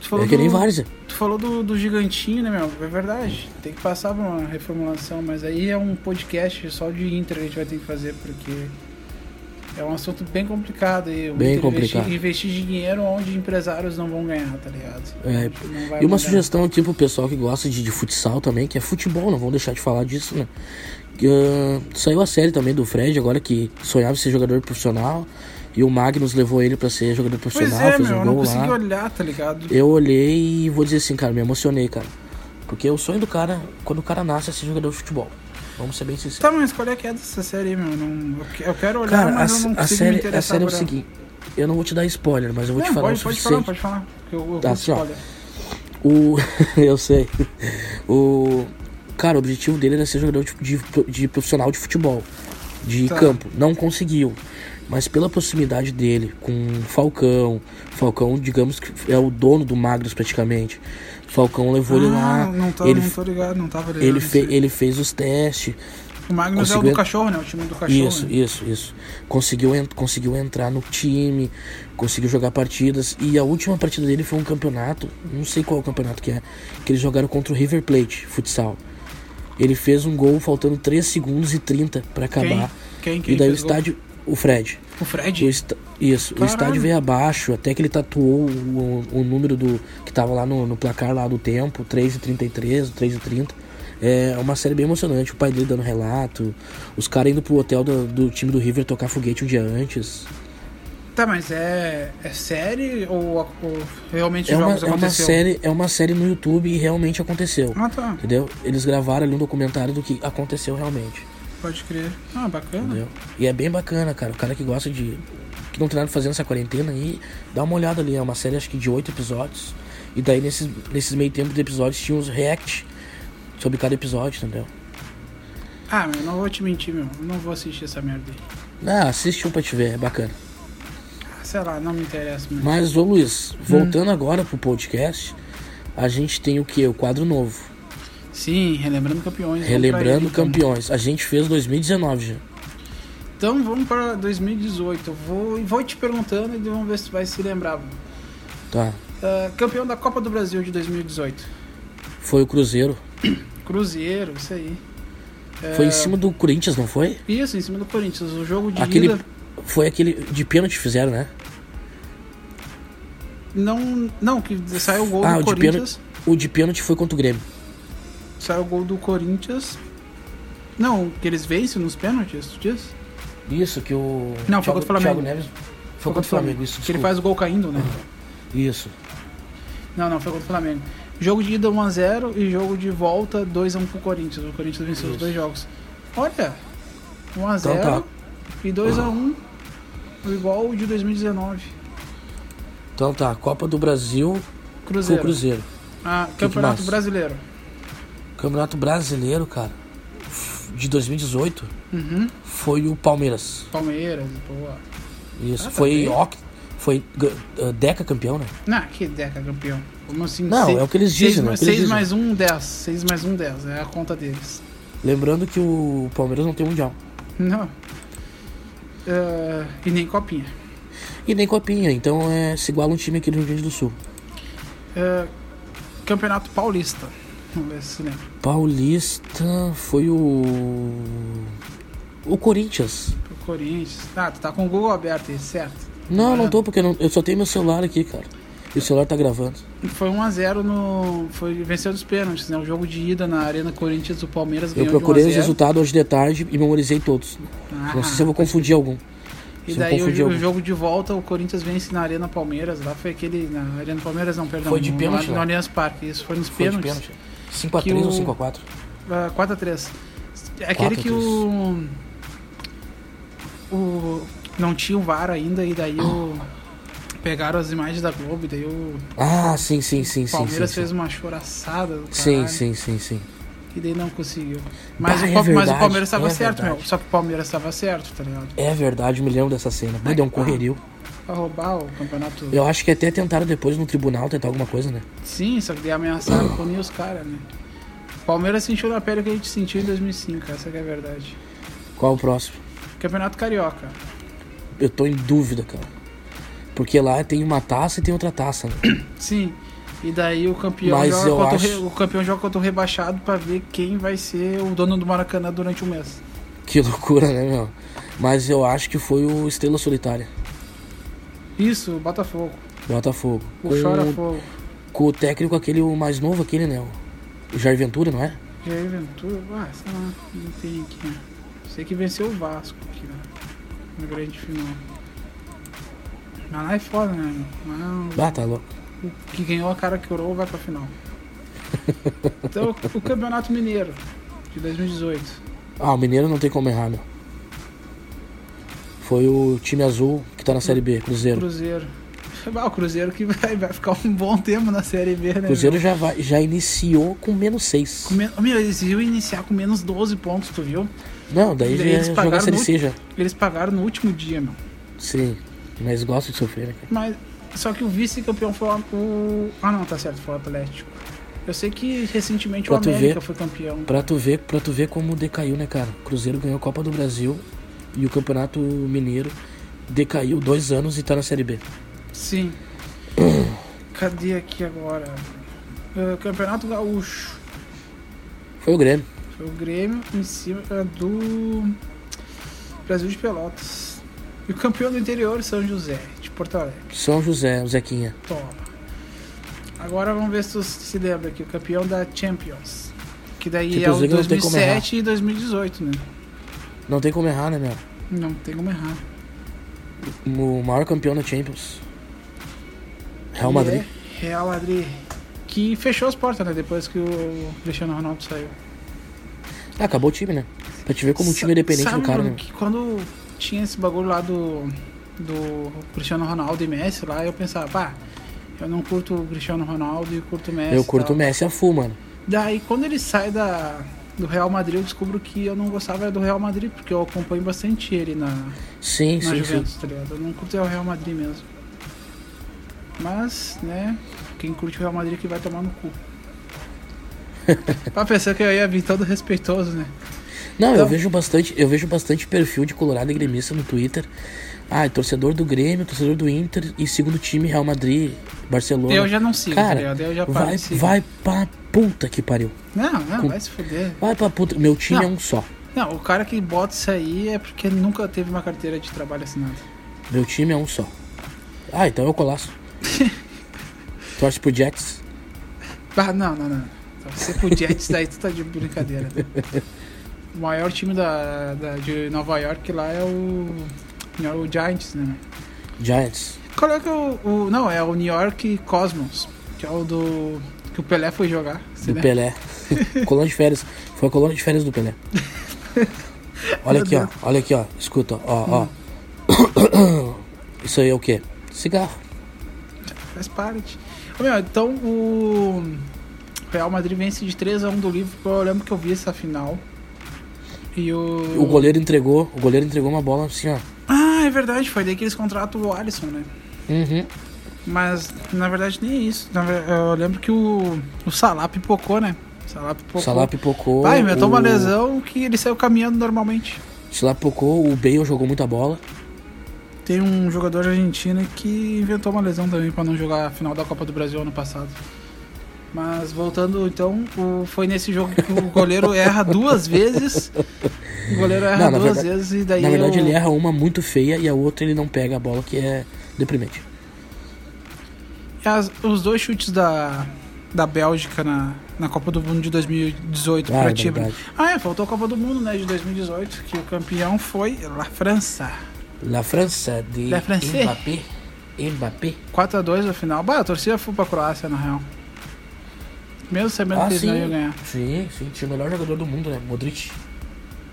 A: Tu falou
B: É que nem
A: do-
B: várzea.
A: Tu falou do, do gigantinho, né, meu? É verdade. Tem que passar por uma reformulação, mas aí é um podcast só de Inter que a gente vai ter que fazer, porque é um assunto bem complicado. E o
B: Bem
A: Inter investir-
B: complicado.
A: Investir, dinheiro onde empresários não vão ganhar, tá ligado? A
B: É,
A: gente não vai
B: e uma
A: mudar.
B: sugestão aqui pro pessoal que gosta de, de futsal também, que é futebol, não vamos deixar de falar disso, né? Que, ah, saiu a série também do Fred, agora que sonhava em ser jogador profissional. E o Magnus levou ele pra ser jogador
A: Pois
B: profissional,
A: é,
B: fez
A: meu,
B: um
A: eu não
B: gol
A: consegui
B: lá.
A: olhar, tá ligado?
B: Eu olhei e vou dizer assim, cara, me emocionei, cara. Porque o sonho do cara, quando o cara nasce, é ser jogador de futebol. Vamos ser bem sinceros.
A: Tá, mas qual é que é dessa série aí, meu? Não, eu que- eu quero olhar,
B: Cara, a,
A: mas eu não
B: a
A: consigo me
B: série,
A: interessar
B: a série é o
A: por ela.
B: seguinte. Eu não vou te dar spoiler, mas eu vou
A: Não,
B: te falar
A: pode,
B: o
A: pode
B: suficiente.
A: falar, pode falar. que Eu, eu curto
B: Tá, assim, ó.
A: spoiler.
B: O. eu sei. O. Cara, o objetivo dele era ser jogador de, de- de profissional de futebol, de
A: Tá.
B: campo. Não conseguiu. Mas pela proximidade dele com o Falcão, Falcão, digamos que é o dono do Magnus praticamente. Falcão levou ele
A: Ah,
B: lá.
A: não, tô,
B: ele,
A: não tô ligado, não tava ligado.
B: ele,
A: nisso
B: fe-
A: aí.
B: ele fez os testes.
A: O Magnus é o
B: conseguiu-
A: do cachorro, né? O time do cachorro.
B: Isso,
A: né?
B: isso, isso. Conseguiu, en- conseguiu entrar no time, conseguiu jogar partidas. E a última partida dele foi um campeonato, não sei qual campeonato que é, que eles jogaram contra o River Plate, futsal. Ele fez um gol faltando 3 segundos e 30 pra acabar.
A: Quem? Quem? Quem
B: tá e daí o
A: fez gol?
B: estádio. O Fred.
A: O Fred?
B: O esta-
A: É
B: Isso,
A: Caralho.
B: o estádio veio abaixo, até que ele tatuou o, o número do que tava lá no, no placar lá do tempo, 3h33, 3h30. É uma série bem emocionante, o pai dele dando relato, os caras indo pro hotel do, do time do River tocar foguete um dia antes.
A: Tá, mas é, é série ou, ou realmente
B: É uma,
A: jogos
B: é, uma
A: aconteceu?
B: série, é uma série no YouTube e realmente aconteceu.
A: Ah, tá.
B: Entendeu? Eles gravaram ali um documentário do que aconteceu realmente.
A: Pode crer. Ah, bacana.
B: Entendeu? E é bem bacana, cara. O cara que gosta de. que não tem nada pra fazer nessa quarentena aí, dá uma olhada ali. É uma série acho que de oito episódios. E daí nesses, nesses meio tempo de episódios tinha uns react sobre cada episódio, entendeu?
A: Ah, meu, não vou te mentir, meu. Eu não vou assistir essa merda aí.
B: Ah, assiste um pra te ver, é bacana.
A: Ah, Sei lá, não me interessa, meu.
B: Mas, ô Luiz, voltando agora pro podcast, a gente tem o que? O quadro novo.
A: Sim, relembrando campeões. vamos pra ele,
B: Relembrando
A: então.
B: campeões. A gente fez 2019 já.
A: Então vamos pra 2018. Eu vou, vou te perguntando e vamos ver se tu vai se lembrar.
B: Tá.
A: Ah, campeão da Copa do Brasil de 2018.
B: Foi o Cruzeiro.
A: Cruzeiro, isso aí. Ah,
B: Foi
A: É.
B: em cima do Corinthians, não foi?
A: Isso, em cima do Corinthians. O jogo de
B: Aquele.
A: ida
B: Foi aquele. De pênalti que fizeram, né?
A: não, não que saiu o gol
B: Ah,
A: do
B: o de,
A: Corinthians.
B: pênalti, o de pênalti foi contra o Grêmio.
A: Saiu o gol do Corinthians. Não, que eles vencem nos pênaltis, tu diz?
B: Isso, que o.
A: Não, foi contra o Flamengo.
B: Thiago Neves. Foi contra o Flamengo, isso.
A: Que ele
B: desculpa.
A: faz o gol caindo, né?
B: Isso.
A: Não, não, foi contra o Flamengo. Jogo de ida 1x0 e jogo de volta 2x1 pro Corinthians. O Corinthians venceu os dois jogos. Olha, 1x0
B: Então tá. Uhum.
A: e 2x1, igual o de 2019.
B: Então tá, Copa do Brasil com o
A: Cruzeiro.
B: Cruzeiro.
A: Ah,
B: que
A: Campeonato
B: mais?
A: Brasileiro.
B: Campeonato Brasileiro, cara, de 2018,
A: Uhum.
B: foi o Palmeiras.
A: Palmeiras, boa.
B: Isso.
A: Ah,
B: foi
A: também.
B: oct... Foi g- ah, Deca campeão, né?
A: Não, que deca campeão. Como assim?
B: Não, é o que eles dizem, né? É o que
A: 6
B: eles dizem.
A: mais 1, 10. 6 mais 1, 10. É a conta deles.
B: Lembrando que o Palmeiras não tem mundial.
A: Não. Ah, e nem copinha.
B: E nem copinha, então é, se iguala um time aqui do Rio Grande do Sul.
A: Ah, Campeonato Paulista. Vamos ver se se lembra.
B: Paulista foi o. O Corinthians.
A: Pro Corinthians. Ah, tu tá com o Google aberto aí, certo?
B: Não,
A: Ah.
B: não tô, porque eu, não- eu só tenho meu celular aqui, cara. E o celular tá gravando.
A: Foi 1x0 no. Foi venceu dos pênaltis, né? O jogo de ida na Arena Corinthians, o Palmeiras
B: Eu
A: ganhou
B: procurei
A: de
B: os
A: 1 a 0.
B: resultados hoje de tarde e memorizei todos.
A: Ah,
B: não sei se eu vou confundir algum.
A: E
B: se eu
A: daí o,
B: confundir
A: jo-
B: algum.
A: o jogo de volta, o Corinthians vence na Arena Palmeiras. Lá foi aquele. Na Arena Palmeiras, não, perdão.
B: Foi de
A: no-
B: pênalti,
A: No, no
B: né?
A: Allianz Parque. Isso foi nos
B: Foi de
A: pênaltis.
B: pênalti. 5 a
A: Que
B: 3 ou
A: o-
B: 5 a 4
A: Ah, 4x3. É aquele
B: 4 a
A: que o. O. Não tinha o VAR ainda, e daí o. Pegaram as imagens da Globo, e daí o
B: Ah, sim, sim, sim, sim.
A: Palmeiras
B: sim,
A: fez
B: sim.
A: uma choraçada. do
B: Sim,
A: caralho,
B: sim, sim, sim.
A: E daí não conseguiu. Mas,
B: Bah,
A: o,
B: é
A: Pa- mas o
B: verdade,
A: Palmeiras tava
B: é
A: certo, meu.
B: verdade.
A: Só que o Palmeiras tava certo, tá ligado?
B: É verdade, me lembro dessa cena. Bah, deu
A: Ah.
B: um correrio.
A: Pra roubar o campeonato.
B: Eu acho que até tentaram depois no tribunal tentar alguma coisa, né?
A: Sim, só que daí ameaçaram punir os caras, né? O Palmeiras sentiu na pele o que a gente sentiu em 2005, essa que é a verdade.
B: Qual o próximo?
A: Campeonato Carioca.
B: Eu tô em dúvida, cara. Porque lá tem uma taça e tem outra taça, né?
A: Sim. E daí o campeão,
B: Mas
A: joga
B: eu
A: contra o, re-
B: acho-
A: o campeão joga contra o rebaixado pra ver quem vai ser o dono do Maracanã durante o mês.
B: Que loucura, né, meu? Mas eu acho que foi o Estrela Solitária,
A: Isso, o Botafogo.
B: Botafogo.
A: O
B: Com-
A: Chora Fogo.
B: Com o técnico aquele o mais novo, aquele, né? O Jair Ventura, não é?
A: Jair Ventura, ah, sei lá, não tem aqui. né? Sei que venceu o Vasco aqui, né? Na grande final. Mas lá é foda, né? meu? Mas
B: Ah, tá louco.
A: o que ganhou a cara que orou vai pra final. Então, o Campeonato Mineiro de 2018.
B: Ah, o Mineiro não tem como errar, meu. Foi o time azul que tá na Série B, Cruzeiro.
A: Cruzeiro. Ah, o Cruzeiro que vai, vai ficar um bom tempo na Série B, né?
B: Cruzeiro já, vai, já iniciou com menos seis.
A: meu? Com men- Meu, eles iam iniciar com menos 12 pontos, tu viu?
B: Não, daí
A: Daí
B: já ia
A: eles
B: jogar
A: pagaram
B: Série
A: no
B: C já.
A: Eles pagaram no último dia, meu.
B: Sim, mas gosto de sofrer, né, cara?
A: Mas só que o vice-campeão foi o. Ah não, tá certo, foi o Atlético. Eu sei que recentemente
B: Pra
A: o
B: tu
A: América
B: ver.
A: foi campeão.
B: Pra tu, ver, pra tu ver como decaiu, né, cara? Cruzeiro ganhou a Copa do Brasil e o Campeonato Mineiro decaiu dois anos e tá na Série B.
A: Sim. Cadê aqui agora? Ah, Campeonato Gaúcho.
B: Foi o Grêmio.
A: Foi É o Grêmio em cima é do Brasil de Pelotas. E o campeão do interior, São José, de Porto Alegre.
B: São José, o Zequinha.
A: Toma. Agora vamos ver se tu se lembra aqui, o campeão da Champions. Que daí
B: Que
A: é o
B: inclusive não tem como
A: 2007 e 2018, né?
B: Não tem como errar, né, meu?
A: Não tem como errar.
B: O maior campeão da Champions. Real
A: E
B: Madrid.
A: é Real Madrid. Que fechou as portas, né? Depois que o Cristiano Ronaldo saiu.
B: Ah, acabou o time, né? Pra te ver como um
A: Sa-
B: time independente
A: sabe,
B: do cara,
A: Bruno,
B: né?
A: que quando tinha esse bagulho lá do, do Cristiano Ronaldo e Messi lá, eu pensava, pá, eu não curto o Cristiano Ronaldo e curto o Messi.
B: Eu
A: e
B: curto
A: é tal.
B: o Messi a full, mano.
A: Daí quando ele sai da, do Real Madrid, eu descubro que eu não gostava do Real Madrid, porque eu acompanho bastante ele na,
B: Sim,
A: na
B: sim, sim.
A: Juventus, tá ligado? Eu não curto o Real Madrid mesmo. Mas, né, quem curte o Real Madrid é que vai tomar no cu. pra pensar que eu ia vir todo respeitoso, né?
B: Não, eu
A: Então-
B: vejo bastante, eu vejo bastante perfil de Colorado e gremista no Twitter. Ah, é torcedor do Grêmio, torcedor do Inter e segundo time Real Madrid, Barcelona.
A: Eu já não sigo, tá
B: Cara,
A: ligado? Eu já paro
B: vai,
A: de seguir.
B: vai pra puta que pariu.
A: Não, não, vai se fuder.
B: Vai pra puta. Meu time
A: Não.
B: é um só.
A: Não, o cara que bota isso aí é porque nunca teve uma carteira de trabalho assinada.
B: Meu time é um só. Ah, então eu colasso. Torce pro Jets.
A: Ah, não, não, não. Então, você podia isso daí, tu tá de brincadeira. né? O maior time da, da- de Nova York lá é o. O Giants, né?
B: Giants.
A: Qual é que é o, o- Não, é o New York Cosmos, que é o do. que o Pelé foi jogar. Você
B: Do
A: lembra?
B: Pelé. colônia de férias. Foi a colônia de férias do Pelé. Olha aqui, ó. Olha aqui, ó. Escuta, ó, ó.
A: Hum.
B: Isso aí é o quê? Cigarro.
A: Faz parte. Ô, meu, então o Real Madrid vence de 3x1 do Liverpool. Eu lembro que eu vi essa final. E o.
B: O goleiro entregou, o goleiro entregou uma bola assim, ó.
A: Ah, é verdade, foi daí que eles contratam o Alisson, né?
B: Uhum.
A: Mas na verdade nem é isso. Na ver- Eu lembro que o, o Salah pipocou, né? O Salah pipocou.
B: O Salah pipocou.
A: Pai, meu, tomou
B: o-
A: uma lesão que ele saiu caminhando normalmente.
B: o Salah pipocou, o Bale jogou muita bola.
A: Tem um jogador argentino que inventou uma lesão também pra não jogar a final da Copa do Brasil ano passado. Mas voltando então, o- foi nesse jogo que o goleiro erra duas vezes. O goleiro erra
B: Não, na
A: duas
B: verdade-
A: vezes e daí
B: Na verdade,
A: eu-
B: ele erra uma muito feia e a outra ele não pega a bola, que é deprimente.
A: É As- os dois chutes da, da Bélgica na, na Copa do Mundo de 2018
B: Ah,
A: pra
B: é
A: ti. Bruno.
B: verdade.
A: Ah, é, faltou a Copa do Mundo, né, de 2018, que o campeão foi La França.
B: La França de
A: La France.
B: Mbappé. Mbappé.
A: 4 a 2 no final. Bah, a torcida foi pra Croácia, na real. Mesmo sabendo
B: Ah,
A: que eles não
B: sim.
A: iam ganhar.
B: Sim, sim. Tinha o melhor jogador do mundo, né? Modric.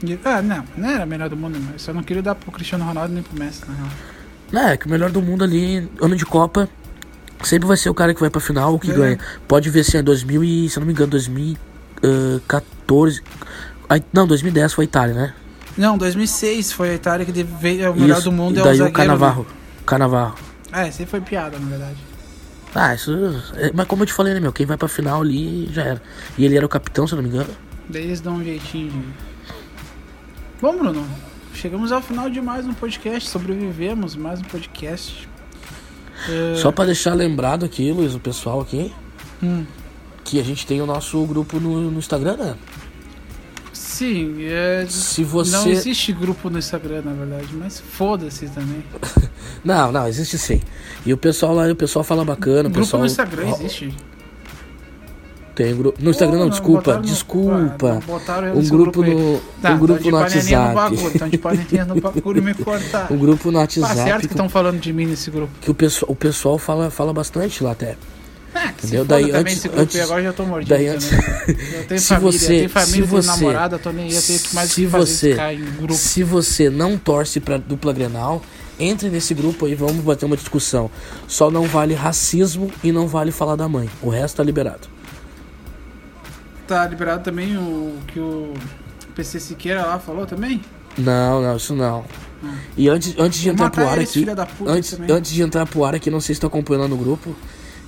A: E- ah, não, não era a melhor do mundo, mas eu não queria dar pro Cristiano Ronaldo nem pro Messi, na real.
B: Não, é que o melhor do mundo ali, ano de Copa, sempre vai ser o cara que vai pra final ou que
A: É.
B: ganha. Pode ver se é 2000 e, se eu não me engano, 2014. ah, Não, 2010 foi a Itália, né?
A: Não, 2006 foi a Itália que deve- veio, o melhor do mundo
B: e
A: é o
B: daí
A: zagueiro.
B: o Canavarro. Canavarro.
A: Né? É, isso aí foi piada, na verdade.
B: Ah, isso. é- Mas como eu te falei, né, meu? Quem vai pra final ali já era. E ele era o capitão, se eu não me engano.
A: Daí eles dão um jeitinho de. Bom, Bruno, chegamos ao final de mais um podcast. Sobrevivemos mais um podcast. É,
B: Só pra deixar lembrado aqui, Luiz, o pessoal aqui,
A: hum,
B: que a gente tem o nosso grupo no, no Instagram, né?
A: sim, é,
B: Se
A: não
B: você.
A: existe grupo no Instagram, na verdade, mas foda-se também.
B: Não, não, existe sim. E o pessoal lá, o pessoal fala bacana, o
A: grupo
B: pessoal.
A: no Instagram
B: Ro-
A: existe.
B: Tem um grupo. No Instagram não,
A: Pô,
B: desculpa,
A: botaram no-
B: desculpa.
A: ah, botaram eu
B: um
A: nesse
B: grupo no,
A: aí. Tá,
B: um grupo
A: tão de
B: no
A: panelinha no
B: WhatsApp.
A: bagulho, então tão de panelinha no bagulho me cortar.
B: Um grupo no
A: Tá certo
B: WhatsApp
A: que
B: que,
A: estão falando de mim nesse grupo.
B: que o pessoal, o pessoal fala, fala bastante lá até.
A: Ah, que se
B: Entendeu?
A: foda
B: Daí
A: também
B: antes-
A: esse grupo
B: antes-
A: e agora eu já tô mordido
B: daí
A: também. Eu tenho
B: se
A: família,
B: você-
A: eu tenho família, eu
B: se
A: tenho
B: você-
A: namorada, eu tô nem aí, eu tenho que mais o
B: se
A: que fazer
B: você-
A: do que ficar em grupo.
B: Se você não torce pra dupla Grenal, entre nesse grupo aí, vamos bater uma discussão. Só não vale racismo e não vale falar da mãe. O resto tá liberado.
A: Tá liberado também o que o PC Siqueira lá falou também?
B: Não, não, isso não. E antes, antes de
A: Vou
B: entrar
A: matar
B: pro ar
A: eles,
B: aqui,
A: filha da puta,
B: antes,
A: também.
B: antes de entrar pro ar aqui, não sei se tá acompanhando no grupo,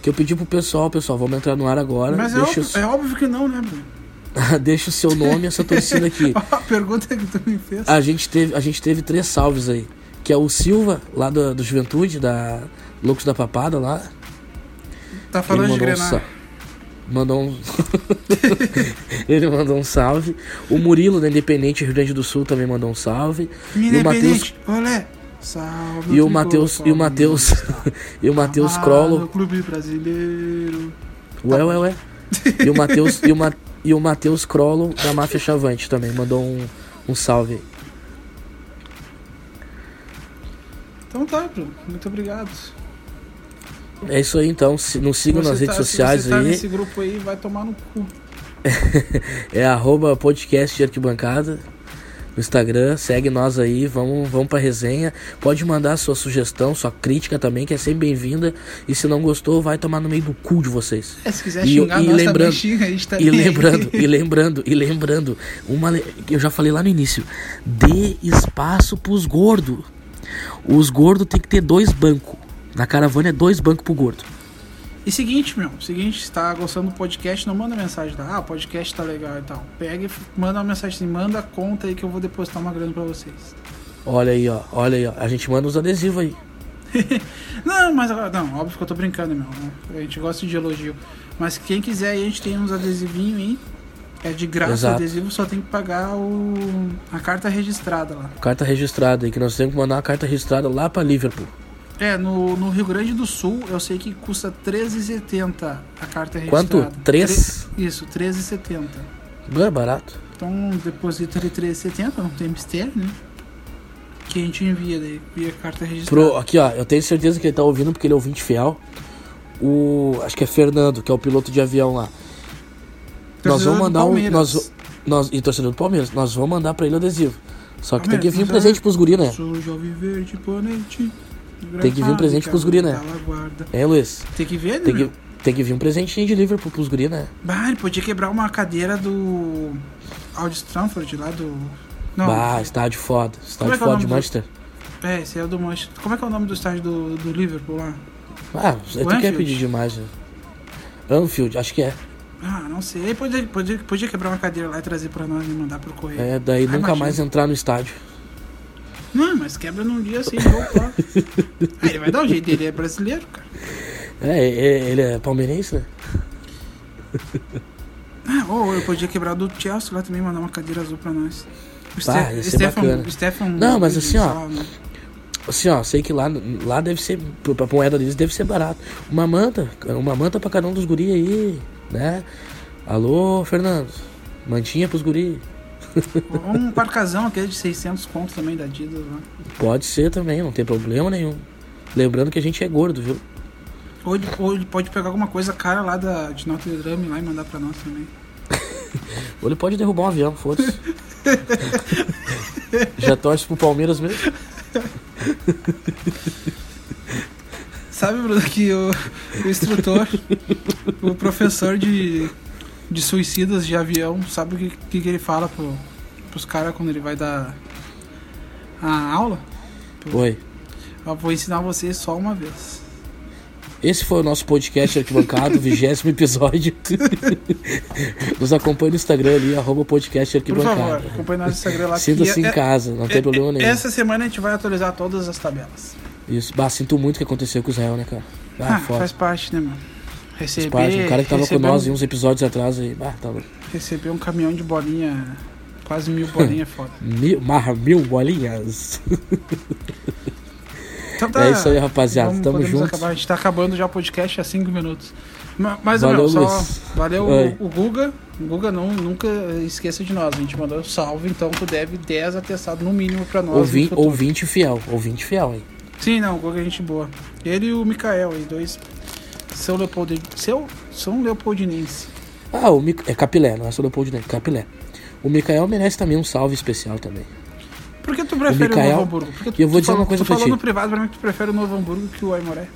B: que eu pedi pro pessoal, pessoal, vamos entrar no ar agora.
A: Mas é
B: deixa,
A: óbvio,
B: o seu-
A: é óbvio que não, né, Bruno?
B: deixa o seu nome e essa torcida aqui.
A: A pergunta que tu me fez.
B: A gente teve, a gente teve três salves aí, que é o Silva lá do, do Juventude, da Loucos da Papada lá,
A: tá falando de
B: mandou um
A: Grenal.
B: sa- Mandou um. ele mandou um salve. O Murilo, da Independente Rio Grande do Sul, também mandou um salve. E o Matheus.
A: Independente, olé. Salve.
B: E o
A: tricolor,
B: Matheus. E o
A: Paulo.
B: Matheus. e o Matheus
A: Ah,
B: Crollo.
A: do Clube Brasileiro. tá
B: Ué, ué, ué. E o Matheus. e o, Ma... e o Matheus Crollo, da Máfia Chavante, também mandou um, um salve.
A: Então tá, Bruno. Muito obrigado.
B: É isso aí então. Se- Nos sigam
A: Você
B: nas redes
A: tá-
B: sociais
A: se você tá
B: aí.
A: nesse grupo aí, vai tomar no cu.
B: É arroba podcast de arquibancada no Instagram, segue nós aí, vamos, vamos pra resenha. Pode mandar sua sugestão, sua crítica também, que é sempre bem-vinda. E se não gostou, vai tomar no meio do cu de vocês.
A: É, se quiser
B: E-
A: xingar,
B: e
A: nós também
B: lembrando-
A: xinga, a gente tá
B: E
A: nem aí.
B: lembrando, e lembrando, e lembrando, uma le- que eu já falei lá no início, dê espaço pros gordos. Os gordos tem que ter dois bancos. Na caravana é dois bancos pro gordo.
A: E seguinte, meu, seguinte, se tá gostando do podcast, não manda mensagem lá, ah, o podcast tá legal e tal. Pega e f- manda uma mensagem assim, manda a conta aí que eu vou depositar uma grana pra vocês.
B: Olha aí, ó, olha aí, ó. A gente manda os adesivos aí.
A: Não, mas agora, não, óbvio que eu tô brincando, meu, né? A gente gosta de elogio. Mas quem quiser aí, a gente tem uns adesivinhos aí. É de graça
B: Exato.
A: o adesivo, só tem que pagar o... a carta registrada lá.
B: Carta registrada aí, que nós temos que mandar uma carta registrada lá pra Liverpool.
A: É, no, no Rio Grande do Sul, eu sei que custa 13,70 a carta
B: Quanto?
A: registrada.
B: Três?
A: Tre- Isso, 13,70.
B: Não é barato.
A: Então, deposita de 13,70, não tem mistério, né? Que a gente envia daí, via carta registrada.
B: Pro, aqui, ó, eu tenho certeza que ele tá ouvindo porque ele é ouvinte fiel. O, acho que é Fernando, que é o piloto de avião lá. nós
A: Torcedor
B: vamos
A: do
B: mandar um,
A: Palmeiras.
B: nós, nós e torcedor do Palmeiras, nós vamos mandar pra ele o adesivo. Só que tem que
A: Palmeiras,
B: vir
A: torcedor.
B: presente pros guri, né?
A: Surge alviverde, ponente.
B: Tem que vir um presente pros guri, né? É, Luiz.
A: Tem que ver, né?
B: Tem
A: meu?
B: que, tem que vir um presentinho de Liverpool pros guri, né?
A: Bah, ele podia quebrar uma cadeira do Audi Stanford lá do... Não,
B: Bah, estádio foda.
A: Como
B: Estádio
A: é que é o
B: foda de
A: nome do-
B: Manchester.
A: é, esse é o do Manchester. Como é que é o nome do estádio do, do Liverpool lá?
B: Ah, tu quer
A: Anfield?
B: pedir demais, né? Anfield, acho que é.
A: Ah, não sei. Aí podia, podia, podia quebrar uma cadeira lá e trazer pra nós e mandar pro correio.
B: É,
A: Ah,
B: daí nunca
A: imagina.
B: mais entrar no estádio.
A: Não, mas quebra num dia assim, voltar. ah, ele vai dar um jeito, ele é brasileiro, cara.
B: É, é, ele é palmeirense, né?
A: Ah, ou eu podia quebrar do Chelsea lá também, mandar uma cadeira azul pra nós. O
B: Bah,
A: Ste-
B: ia ser
A: Stefan-
B: bacana.
A: Stefan-
B: Não, mas assim, ó,
A: sei lá, né?
B: Assim, ó, sei que lá, lá deve ser, pra moeda deles deve ser barato. Uma manta, uma manta pra cada um dos guri aí, né? Alô, Fernando, mantinha pros guri.
A: Ou um parcasão aquele de 600 conto também da Adidas lá.
B: Pode ser também, não tem problema nenhum. Lembrando que a gente é gordo, viu?
A: Ou ele, ou ele pode pegar alguma coisa cara lá da, de Notre Dame lá e mandar pra nós também.
B: Ou ele pode derrubar um avião, foda-se. Já torce pro Palmeiras mesmo?
A: Sabe, Bruno, que o, o instrutor, o professor de, de suicidas de avião, sabe o que, que, que ele fala pro, pros caras quando ele vai dar a aula?
B: Oi.
A: Eu vou ensinar vocês só uma vez.
B: Esse foi o nosso podcast Arquibancado, vigésimo episódio. Nos acompanha no Instagram ali, arroba podcast
A: Por favor,
B: Arquibancada.
A: acompanhe nosso Instagram lá. que
B: Sinta-se
A: é-
B: em casa, não tem
A: é-
B: problema nenhum.
A: Essa semana a gente vai atualizar todas as tabelas.
B: Isso, bah, sinto muito o que aconteceu com o Israel, né, cara? Ah,
A: Ah,
B: foda.
A: faz parte, né, mano? Receber,
B: parte. O cara que tava com
A: receber
B: nós
A: um,
B: uns episódios atrás aí, bah, tá louco.
A: receber um caminhão de bolinha, quase mil bolinhas, é foda.
B: Mil, marra, mil bolinhas.
A: Então tá.
B: É isso aí, rapaziada.
A: Vamos-
B: Tamo
A: podemos
B: junto.
A: acabar. A gente tá acabando já o podcast há 5 minutos. Ma- Mas,
B: Valeu,
A: meu, só
B: Luiz.
A: valeu
B: Oi.
A: o, o Guga. O Guga não, nunca esqueça de nós. A gente mandou salve, então tu deve 10 atestados no mínimo pra nós. no
B: Ouvin-
A: futuro.
B: ouvinte fiel, ouvinte fiel aí.
A: Sim, não, o Guga é gente boa. Ele e o Mikael, aí, dois. São Leopoldo. Seu, são Leopoldinense.
B: Ah, o Mic... é Capilé, não é só Leopoldo Neto, Capilé. O Mikael merece também um salve especial também.
A: Por que tu prefere o,
B: Mikael-
A: Novo Hamburgo? Porque tu,
B: E eu vou
A: tu
B: dizer
A: falou-
B: uma coisa
A: tu
B: pra
A: falou
B: ti.
A: no privado pra mim que tu prefere o Novo Hamburgo que o Aimoré.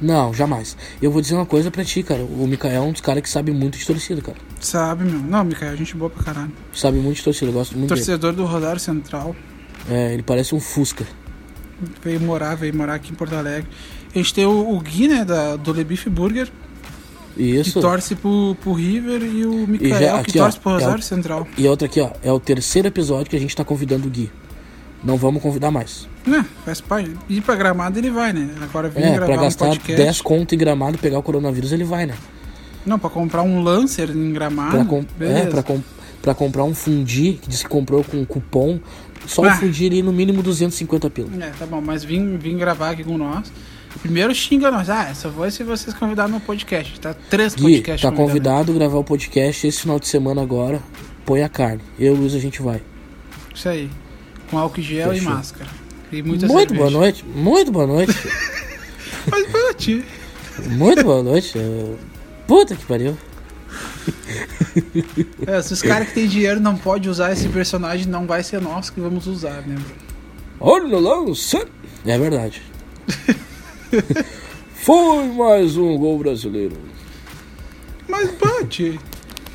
B: Não, jamais. Eu vou dizer uma coisa pra ti, cara. O Mikael é um dos caras que sabe muito de torcida, cara.
A: Sabe, meu. Não, Mikael, gente é boa pra caralho.
B: Sabe muito de torcida, eu gosto muito dele.
A: Torcedor do Rosário Central.
B: É, ele parece um Fusca.
A: Veio morar, veio morar aqui em Porto Alegre. A gente tem o, o Gui, né, da, do Le Beef Burger,
B: E
A: que
B: isso.
A: torce pro, pro River, e o Mikael,
B: já-
A: que
B: aqui, ó,
A: torce pro
B: é o-
A: Rosário Central.
B: E outra aqui, ó. É o terceiro episódio que a gente tá convidando o Gui. Não vamos convidar mais.
A: Né, faz parte. Ir pra Gramado ele vai, né? Agora vem
B: É,
A: gravar
B: pra
A: um
B: gastar
A: podcast.
B: 10 conto em gramado e pegar o coronavírus, ele vai, né?
A: Não, pra comprar um Lancer em Gramado.
B: Pra com-
A: Ah, beleza.
B: É, pra, com- pra comprar um fundi, que disse que comprou com um cupom. Só
A: Ah.
B: o fundi ali, no mínimo 250 pila.
A: É, tá bom, mas vim, vim gravar aqui com nós. Primeiro xinga nós. Ah, só vou se vocês convidarem no podcast. Tá três
B: Gui,
A: podcasts
B: tá
A: convidando.
B: convidado a gravar o podcast esse final de semana agora. Põe a carne. Eu e o Luiz a gente vai.
A: Isso aí. Com álcool em gel
B: Fechou.
A: e máscara. E muita
B: Muito
A: cerveja.
B: boa noite. Muito boa noite.
A: Mas pra ti.
B: muito boa noite. Eu- Puta que pariu.
A: É, se os caras que têm dinheiro não podem usar esse personagem, não vai ser nós que vamos usar, né, bro?
B: Olha lá o céu. É verdade. Foi mais um gol brasileiro.
A: Mas bate.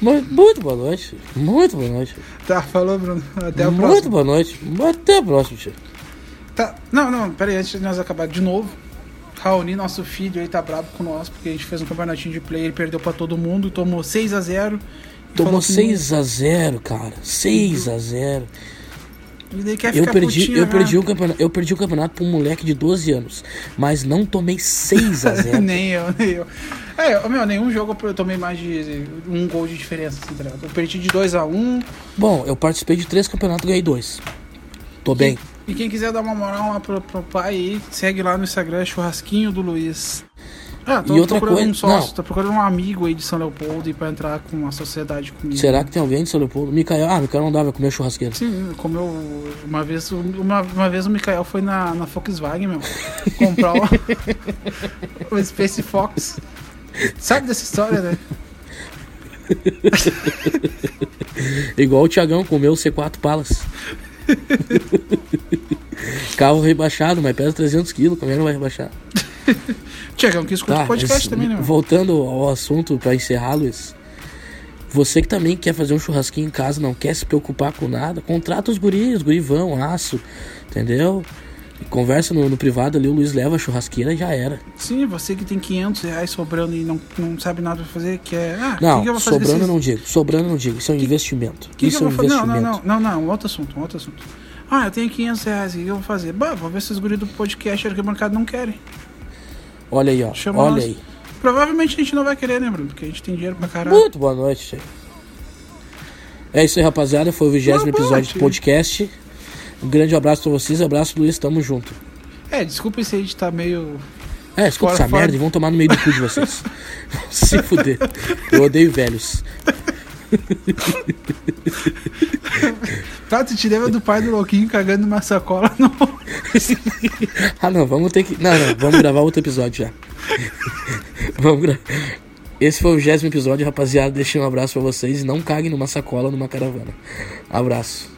B: Mu- Muito boa noite. Muito boa noite.
A: Tá, falou, Bruno. Até o
B: muito
A: próximo.
B: boa noite. Até o próximo, tio.
A: Tá. Não, não, peraí, antes de nós acabar de novo. Raoni, nosso filho, aí tá brabo com nós, porque a gente fez um campeonatinho de play, ele perdeu pra todo mundo, tomou 6 a 0 e
B: Tomou
A: falou que-
B: 6x0, cara. 6x0.
A: E daí quer
B: Eu
A: ficar
B: perdi,
A: putinho,
B: eu,
A: né?
B: perdi o campeonato, eu perdi o campeonato pra um moleque de 12 anos. Mas não tomei 6x0.
A: nem eu, nem eu. É, ô, meu, nenhum jogo eu tomei mais de um gol de diferença, assim, tá ligado? Eu perdi de 2 a 1
B: Bom, eu participei de três campeonatos e ganhei dois. Tô bem.
A: E quem quiser dar uma moral lá pro, pro pai aí, segue lá no Instagram, churrasquinho do Luiz. Ah, tô
B: E outra
A: procurando
B: coisa-
A: um sócio,
B: não.
A: tô procurando um amigo aí de São Leopoldo e pra entrar com uma sociedade comigo.
B: Será que tem alguém de São Leopoldo? Micael. Ah, Micael não dá, vai comer churrasqueiro.
A: Sim, como eu. Uma vez, o- uma, uma vez o Mikael foi na, na Volkswagen, meu, comprar o, o Space Fox. Sabe dessa história, né?
B: Igual o Thiagão comeu o C4 Palas. Carro rebaixado, mas pesa 300 quilos, como é que não vai rebaixar?
A: Tiagão, que escuta o podcast
B: Tá, esse-
A: também, né? meu?
B: Voltando ao assunto pra encerrar, Luiz. Você que também quer fazer um churrasquinho em casa, não quer se preocupar com nada, contrata os guris, os guris vão, aço, entendeu? Conversa no, no privado ali, o Luiz leva a churrasqueira e já era.
A: Sim, você que tem 500 reais sobrando e não, não sabe nada pra fazer, que é. Ah, o
B: Não,
A: que que eu vou fazer
B: sobrando
A: desses-
B: não digo, sobrando não digo, isso é um investimento.
A: que que
B: isso
A: eu
B: é um
A: vou fazer? Não,
B: investimento.
A: não, não, não, não, um outro assunto, um outro assunto. Ah, eu tenho 500 reais, o que que eu vou fazer? Bah, vou ver se os guris do podcast arquibancada não querem.
B: Olha aí, ó,
A: Chama
B: olha
A: nós.
B: aí.
A: Provavelmente a gente não vai querer, né, Bruno? Porque a gente tem dinheiro pra caralho.
B: Muito boa noite, chefe. É isso aí, rapaziada, foi o vigésimo
A: Boa
B: episódio
A: noite.
B: do podcast. Um grande abraço pra vocês, abraço, Luiz, tamo junto.
A: É, desculpa se a gente tá meio
B: É, escuta
A: Fora,
B: essa
A: fora.
B: merda e vão tomar no meio do cu de vocês. Vão Se fuder. Eu odeio velhos.
A: Tá, tu te lembra do pai do Louquinho cagando uma sacola no.
B: Ah, não, vamos ter que. Não, não, vamos gravar outro episódio já. vamos gravar. Esse foi o décimo episódio, rapaziada. Deixei um abraço pra vocês e não caguem numa sacola ou numa caravana. Abraço.